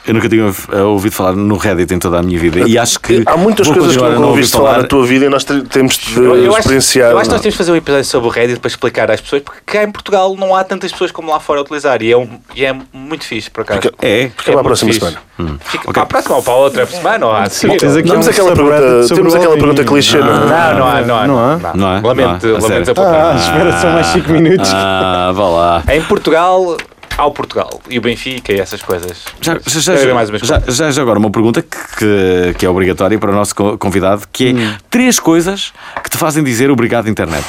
Speaker 1: Eu nunca tinha eh, ouvido falar no Reddit em toda a minha vida e acho que.
Speaker 3: Há muitas
Speaker 1: vou
Speaker 3: coisas que
Speaker 1: continuar a
Speaker 3: nunca
Speaker 1: não ouvir
Speaker 3: ouviste falar na tua vida e nós te- temos de
Speaker 2: Eu, eu acho,
Speaker 3: experienciar.
Speaker 2: eu acho que
Speaker 3: não é?
Speaker 2: nós temos de fazer um episódio sobre o Reddit para explicar às pessoas, porque cá em Portugal não há tantas pessoas como lá fora a utilizar e é, um- e é muito fixe, por acaso.
Speaker 3: Fica-
Speaker 1: É,
Speaker 3: Fica
Speaker 2: é
Speaker 3: para a
Speaker 2: muito
Speaker 3: próxima
Speaker 2: fixe.
Speaker 3: semana. Hum.
Speaker 2: Fica para a próxima ou para a outra semana ou à seguir.
Speaker 6: Tens aqui
Speaker 3: Temos
Speaker 6: um
Speaker 3: aquela pergunta,
Speaker 6: subreddit sobre
Speaker 3: temos
Speaker 6: o
Speaker 3: aquela
Speaker 6: Alvin.
Speaker 3: pergunta clichê, não é?
Speaker 2: Não, não há, não há.
Speaker 6: Não há?
Speaker 1: Não há?
Speaker 2: Lamento,
Speaker 1: Não há, a
Speaker 2: lamento
Speaker 1: sério.
Speaker 6: Ah,
Speaker 2: apontar. É
Speaker 6: espera só mais 5 minutos.
Speaker 1: Ah, vá lá.
Speaker 2: Em Portugal, há o Portugal e o Benfica e essas coisas.
Speaker 1: Já, já, já,
Speaker 2: Quer ver mais uma
Speaker 1: já, já- já agora uma pergunta que, que, que é obrigatória para o nosso co- convidado, que é três coisas que te fazem dizer obrigado internet.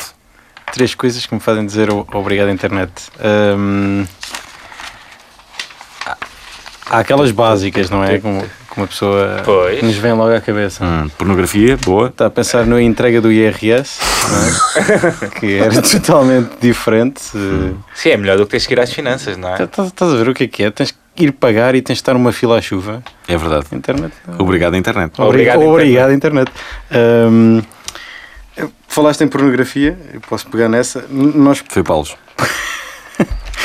Speaker 4: Três coisas que me fazem dizer o- obrigado à internet. Hum, há- há aquelas básicas, não é? Como, que uma pessoa
Speaker 2: Pois.
Speaker 4: que nos vem logo à cabeça.
Speaker 1: Hum, pornografia, boa.
Speaker 4: Está a pensar na entrega do IRS, não é? que era totalmente diferente.
Speaker 6: Hum.
Speaker 2: Sim, é melhor do que teres que ir às finanças, não
Speaker 1: Então,
Speaker 2: é?
Speaker 4: Estás estás a ver o que é que é? Tens que ir pagar e tens de estar numa fila à chuva.
Speaker 1: É verdade.
Speaker 4: Internet.
Speaker 1: Obrigado internet.
Speaker 2: Obrigado,
Speaker 4: Obrigado,
Speaker 2: internet.
Speaker 4: obrigado internet. Hum, falaste em pornografia, eu posso pegar nessa. N- Nós
Speaker 1: Foi Paulos.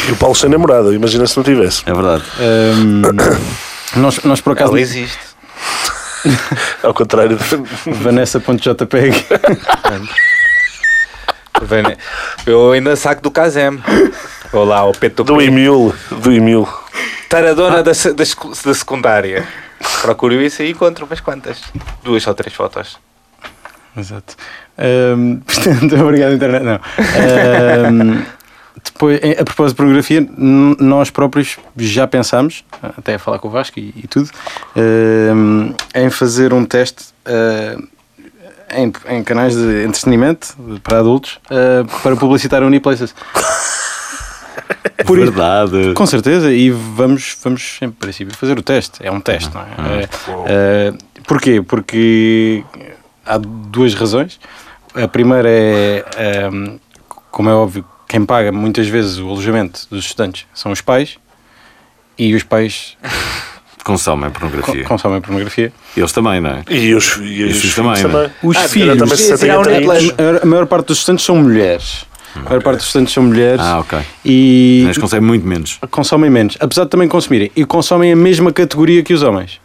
Speaker 3: E o Paulo sem namorada, imagina se não tivesse.
Speaker 1: É verdade.
Speaker 4: Hum, nós, nós por acaso
Speaker 2: Ela existe.
Speaker 3: Ao contrário de.
Speaker 4: Vanessa.jpg
Speaker 2: Vane- Eu ainda saco do Casem. Olá, o Peto
Speaker 3: Do Emil, do Emil.
Speaker 2: Taradona da, se- da, escu- da secundária. Ah. Procuro isso e encontro umas quantas. Duas ou três fotos.
Speaker 4: Exato. Hum, portanto, obrigado internet. Não. Hum, depois, em- a propósito de pornografia, n- nós próprios já pensámos, até a falar com o Vasco e, e tudo, hum, em fazer um teste hum, em, em canais de entretenimento para adultos hum, para publicitar a Uniplaces. Por,
Speaker 1: verdade.
Speaker 4: Com certeza, e vamos, vamos em princípio fazer o teste.
Speaker 1: Uhum.
Speaker 4: É um teste, não é? Eh, eh, porquê? Porque há duas razões. A primeira é, ehm, como é óbvio, quem paga muitas vezes o alojamento dos estudantes são os pais. E os pais
Speaker 1: Consomem
Speaker 4: con-
Speaker 1: pornografia.
Speaker 4: consomem pornografia.
Speaker 1: Eles também, não é?
Speaker 3: E os, e os
Speaker 1: Isso
Speaker 3: filhos
Speaker 1: também,
Speaker 3: também.
Speaker 1: não é?
Speaker 4: Os
Speaker 3: Ah,
Speaker 4: filhos.
Speaker 3: Também se sentem
Speaker 2: Tirar um
Speaker 3: atraídos.
Speaker 2: Netflix.
Speaker 4: A maior, a maior parte dos estudantes são mulheres. A maior parte dos estudantes são mulheres.
Speaker 1: Ah, ok.
Speaker 4: E
Speaker 1: Eles consomem muito menos.
Speaker 4: consomem menos, apesar de também consumirem. E consomem a mesma categoria que os homens,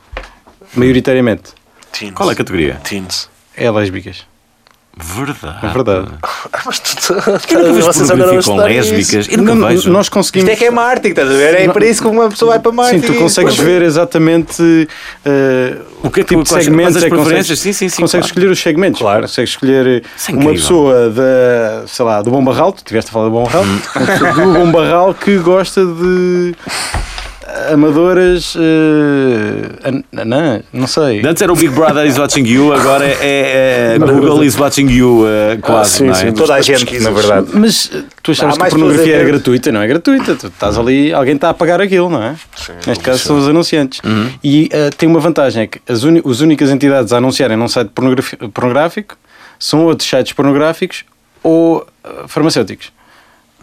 Speaker 4: maioritariamente.
Speaker 3: Teens.
Speaker 1: Qual é a categoria?
Speaker 3: Teens.
Speaker 4: É lésbicas,
Speaker 1: Verdade.
Speaker 4: é verdade.
Speaker 3: Ah, mas tu, tu, tu,
Speaker 1: Eu nunca vejo
Speaker 3: vocês andaram a
Speaker 1: pornografia com
Speaker 3: estudar isso.
Speaker 1: lésbicas. Eu nunca
Speaker 4: Não,
Speaker 1: vejo.
Speaker 4: Nós
Speaker 2: Isto
Speaker 4: conseguimos.
Speaker 2: é que é marketing, estás a ver? É para isso que uma pessoa vai para
Speaker 4: Sim,
Speaker 2: marketing.
Speaker 4: tu consegues ver exatamente eh,
Speaker 1: O que é que
Speaker 4: tipo
Speaker 1: tu-
Speaker 4: de
Speaker 1: quais-
Speaker 4: segmentos
Speaker 1: quais as
Speaker 4: é que
Speaker 1: preferências?
Speaker 4: consegues,
Speaker 1: Sim, sim, sim, claro.
Speaker 4: consegues escolher os segmentos. Claro. Consegues escolher eh,
Speaker 1: Isso é
Speaker 4: uma
Speaker 1: incrível.
Speaker 4: pessoa da, sei lá, do Bom Barral, tu estiveste a falar do Bom Barral, uma pessoa do Bom Barral que gosta de amadoras eh, an- anãs, não sei.
Speaker 1: Antes era o Big Brother is watching you, agora é, é Google is watching you, eh, quase,
Speaker 3: Ah, sim,
Speaker 1: não é?
Speaker 3: sim.
Speaker 2: Toda a
Speaker 3: As
Speaker 2: gente,
Speaker 3: pesquisas.
Speaker 2: na verdade.
Speaker 4: Mas eh, tu achavas
Speaker 2: Há
Speaker 4: que a
Speaker 2: mais pessoas
Speaker 4: pornografia
Speaker 2: a
Speaker 4: era
Speaker 2: ver.
Speaker 4: gratuita, não é gratuita. Tu estás ali, alguém está a pagar aquilo, não é?
Speaker 1: um
Speaker 4: Neste caso são os anunciantes.
Speaker 1: Uhum.
Speaker 4: E eh, tem uma vantagem, é que as, uni- as únicas entidades a anunciarem num site pornografi- pornográfico são outros sites pornográficos ou eh, farmacêuticos.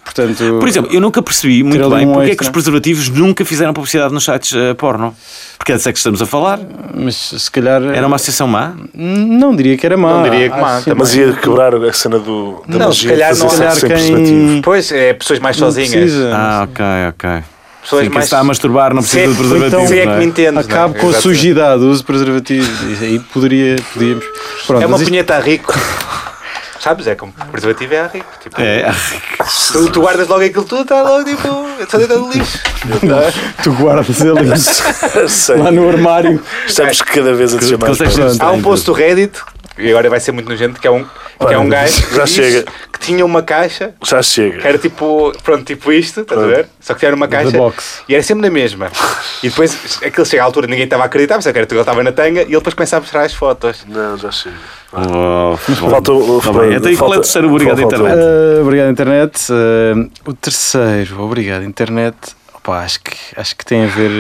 Speaker 4: Portanto,
Speaker 1: Por exemplo, eu nunca percebi muito
Speaker 4: Tirar-lhe
Speaker 1: bem
Speaker 4: um
Speaker 1: porque é que
Speaker 4: extra.
Speaker 1: os preservativos nunca fizeram publicidade nos sites eh, porno. Porque é disso que estamos a falar.
Speaker 4: mas se calhar... eh,
Speaker 1: Era uma associação má.
Speaker 4: Não diria que era má. Ah,
Speaker 2: Não diria que má,
Speaker 4: Acho que-
Speaker 3: Mas ia quebrar a cena do, da
Speaker 2: Não, se
Speaker 3: magia.
Speaker 2: calhar
Speaker 3: de fazer
Speaker 2: não. Se
Speaker 4: calhar
Speaker 3: sexo sem
Speaker 4: quem-
Speaker 3: preservativo.
Speaker 2: Pois, é pessoas mais
Speaker 4: um- não
Speaker 2: sozinhas.
Speaker 4: precisa.
Speaker 1: Ah, ok, ok.
Speaker 2: Pessoas
Speaker 1: Sim, quem
Speaker 2: mais-
Speaker 1: está a masturbar não precisa
Speaker 2: Se é-
Speaker 1: de preservativo.
Speaker 2: então- se é que
Speaker 1: não é?
Speaker 2: me entendes.
Speaker 4: Acabe
Speaker 2: não é?
Speaker 4: com a
Speaker 2: Exato.
Speaker 4: sujidade, uso preservativo. Isso Aí poderia, podíamos... Pronto,
Speaker 2: É uma
Speaker 4: mas isto-
Speaker 2: punheta a rico. Sabes? É como preservativo é a rico. Tipo,
Speaker 1: É, ah,
Speaker 2: tu, tu guardas logo aquilo tudo, está logo tipo. Está dentro do lixo.
Speaker 4: Tu guardas um eles
Speaker 3: Sei.
Speaker 4: lá no armário.
Speaker 3: Estamos cada vez a descer mais.
Speaker 1: consegues
Speaker 3: para-
Speaker 1: ser-
Speaker 2: Há um post do Reddit, e agora vai ser muito nojento, que é um, que é um gajo que,
Speaker 3: já
Speaker 2: diz
Speaker 3: chega.
Speaker 2: que tinha uma caixa,
Speaker 3: Já chega.
Speaker 2: que era tipo, pronto, tipo isto, estás a ver? Só que tinha uma caixa
Speaker 4: box.
Speaker 2: e era sempre na mesma. E depois aquilo chega à altura, ninguém estava a acreditar, pensava que era tu, ele estava na tanga e ele depois começa a mostrar as fotos.
Speaker 3: Não, já chega.
Speaker 1: oh, bom.
Speaker 3: Falta o.
Speaker 1: Tá bem, então e qual é o
Speaker 3: falta-
Speaker 1: terceiro obrigado à
Speaker 3: falta-
Speaker 1: internet?
Speaker 4: Ah, obrigado, internet. Ah, o terceiro, obrigado, internet. Opa, acho, que, acho que tem a ver.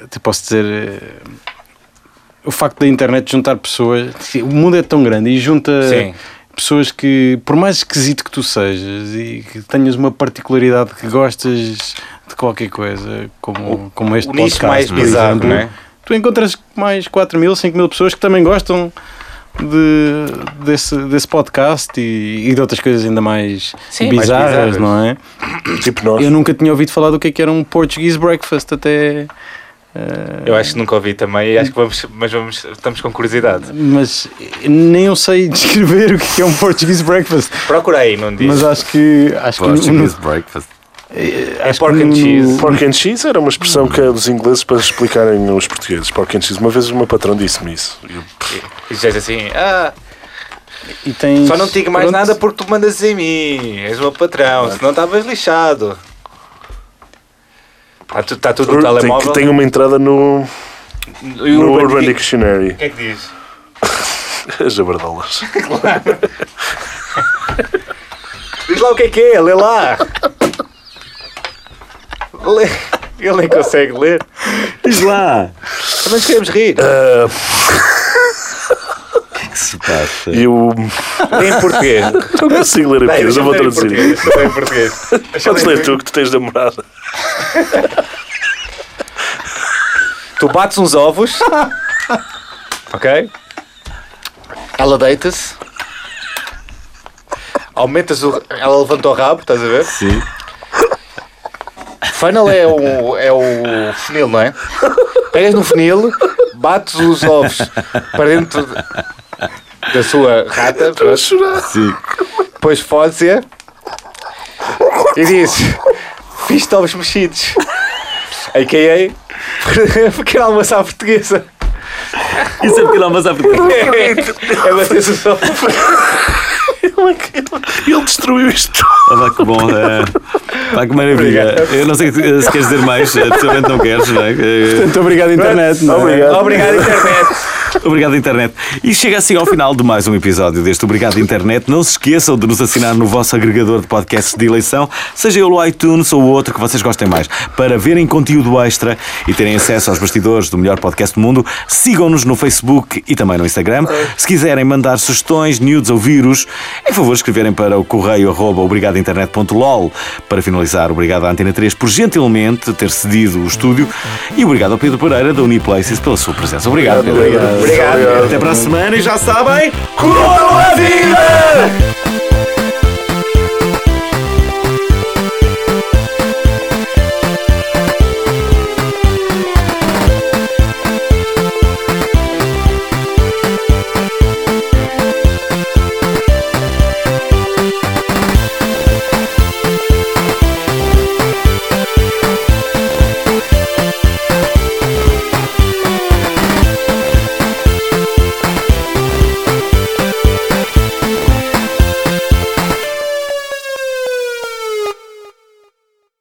Speaker 4: eh, Até posso dizer. eh, o facto da internet juntar pessoas. O mundo é tão grande e junta.
Speaker 2: Sim.
Speaker 4: Pessoas que, por mais esquisito que tu sejas e que tenhas uma particularidade que gostas de qualquer coisa, como, como este
Speaker 2: o nicho
Speaker 4: podcast,
Speaker 2: mais
Speaker 4: por
Speaker 2: bizarro,
Speaker 4: exemplo,
Speaker 2: não é?
Speaker 4: tu encontras mais 4 mil, 5 mil pessoas que também gostam de- desse, desse podcast e, e de outras coisas ainda mais
Speaker 7: Sim.
Speaker 2: Mais bizarras.
Speaker 4: bizarras, não é?
Speaker 3: Tipo nós.
Speaker 4: Eu nunca tinha ouvido falar do que, é que era um Portuguese breakfast até. eh,
Speaker 2: Eu acho que nunca ouvi também, e acho que vamos, mas vamos, estamos com curiosidade.
Speaker 4: Mas nem eu sei descrever o que é um Portuguese breakfast.
Speaker 2: Procura aí num dia.
Speaker 4: Mas acho que. Acho que
Speaker 1: Portuguese
Speaker 4: no-
Speaker 1: breakfast.
Speaker 2: é pork and
Speaker 4: no-
Speaker 2: cheese.
Speaker 3: Pork and cheese era uma expressão que era dos ingleses para explicarem os portugueses. Pork and cheese. Uma vez uma patrão disse-me isso. Eu,
Speaker 2: E dizes assim, ah,
Speaker 4: e tens-
Speaker 2: só não te digo mais
Speaker 4: pronto,
Speaker 2: nada porque tu mandas em mim, és meu patrão, senão estavas lixado. Está tu, tá tudo no
Speaker 3: Tem-
Speaker 2: telemóvel.
Speaker 4: um
Speaker 3: tem uma entrada no,
Speaker 2: E o
Speaker 3: no
Speaker 2: Urban
Speaker 3: Urban,
Speaker 2: Dictionary?
Speaker 3: Dictionary.
Speaker 2: O que é que diz?
Speaker 3: As jabardolas.
Speaker 2: Diz lá o que é que é, lê lá. Lê. Ele nem consegue ler.
Speaker 1: Diz lá!
Speaker 2: Também nos queremos rir.
Speaker 1: O que se passa?
Speaker 3: E o.
Speaker 2: Lê em português.
Speaker 3: Eu não consigo ler a
Speaker 2: Bem,
Speaker 3: piada, eu vou
Speaker 2: deixa-me
Speaker 3: traduzir.
Speaker 2: ler em português, deixa-me ler em português.
Speaker 3: Podes ler tu que tu tens namorada.
Speaker 2: Tu bates uns ovos. ok? Ela deita-se. Aumentas o. Ela levanta o rabo, estás a ver? Sim. Funnel é o, é o funil, não é? Pegas no funil, bates os ovos para dentro de- da sua rata,
Speaker 3: A chorar.
Speaker 1: Sim.
Speaker 2: depois fode-se e dizes: Fiz de ovos mexidos. A.K.A. pequeno almoço à portuguesa.
Speaker 1: Isso é porque não, mas há porque.
Speaker 2: É bater o sol.
Speaker 3: é Ele destruiu isto.
Speaker 1: Ah, pá, que bom. é. Pá, que maravilha. Eu não sei eh, se queres dizer mais, eh, pessoalmente não queres, não é? Eh,
Speaker 4: Muito obrigado, internet. não é?
Speaker 2: Obrigado, internet.
Speaker 1: Obrigado, internet. E chega assim ao final de mais um episódio deste Obrigado, internet. Não se esqueçam de nos assinar no vosso agregador de podcasts de eleição, seja ele o iTunes ou o outro que vocês gostem mais. Para verem conteúdo extra e terem acesso aos bastidores do melhor podcast do mundo, sigam-nos no Facebook e também no Instagram. Se quiserem mandar sugestões, nudes ou vírus, em favor escreverem para o correio arroba obrigadointernet.lol. Para finalizar, obrigado à Antena 3 por gentilmente ter cedido o estúdio e obrigado ao Pedro Pereira da Uniplaces pela sua presença. Obrigado, Pedro.
Speaker 3: Obrigado.
Speaker 1: Até para a semana e já sabem.
Speaker 3: Curtam a vida!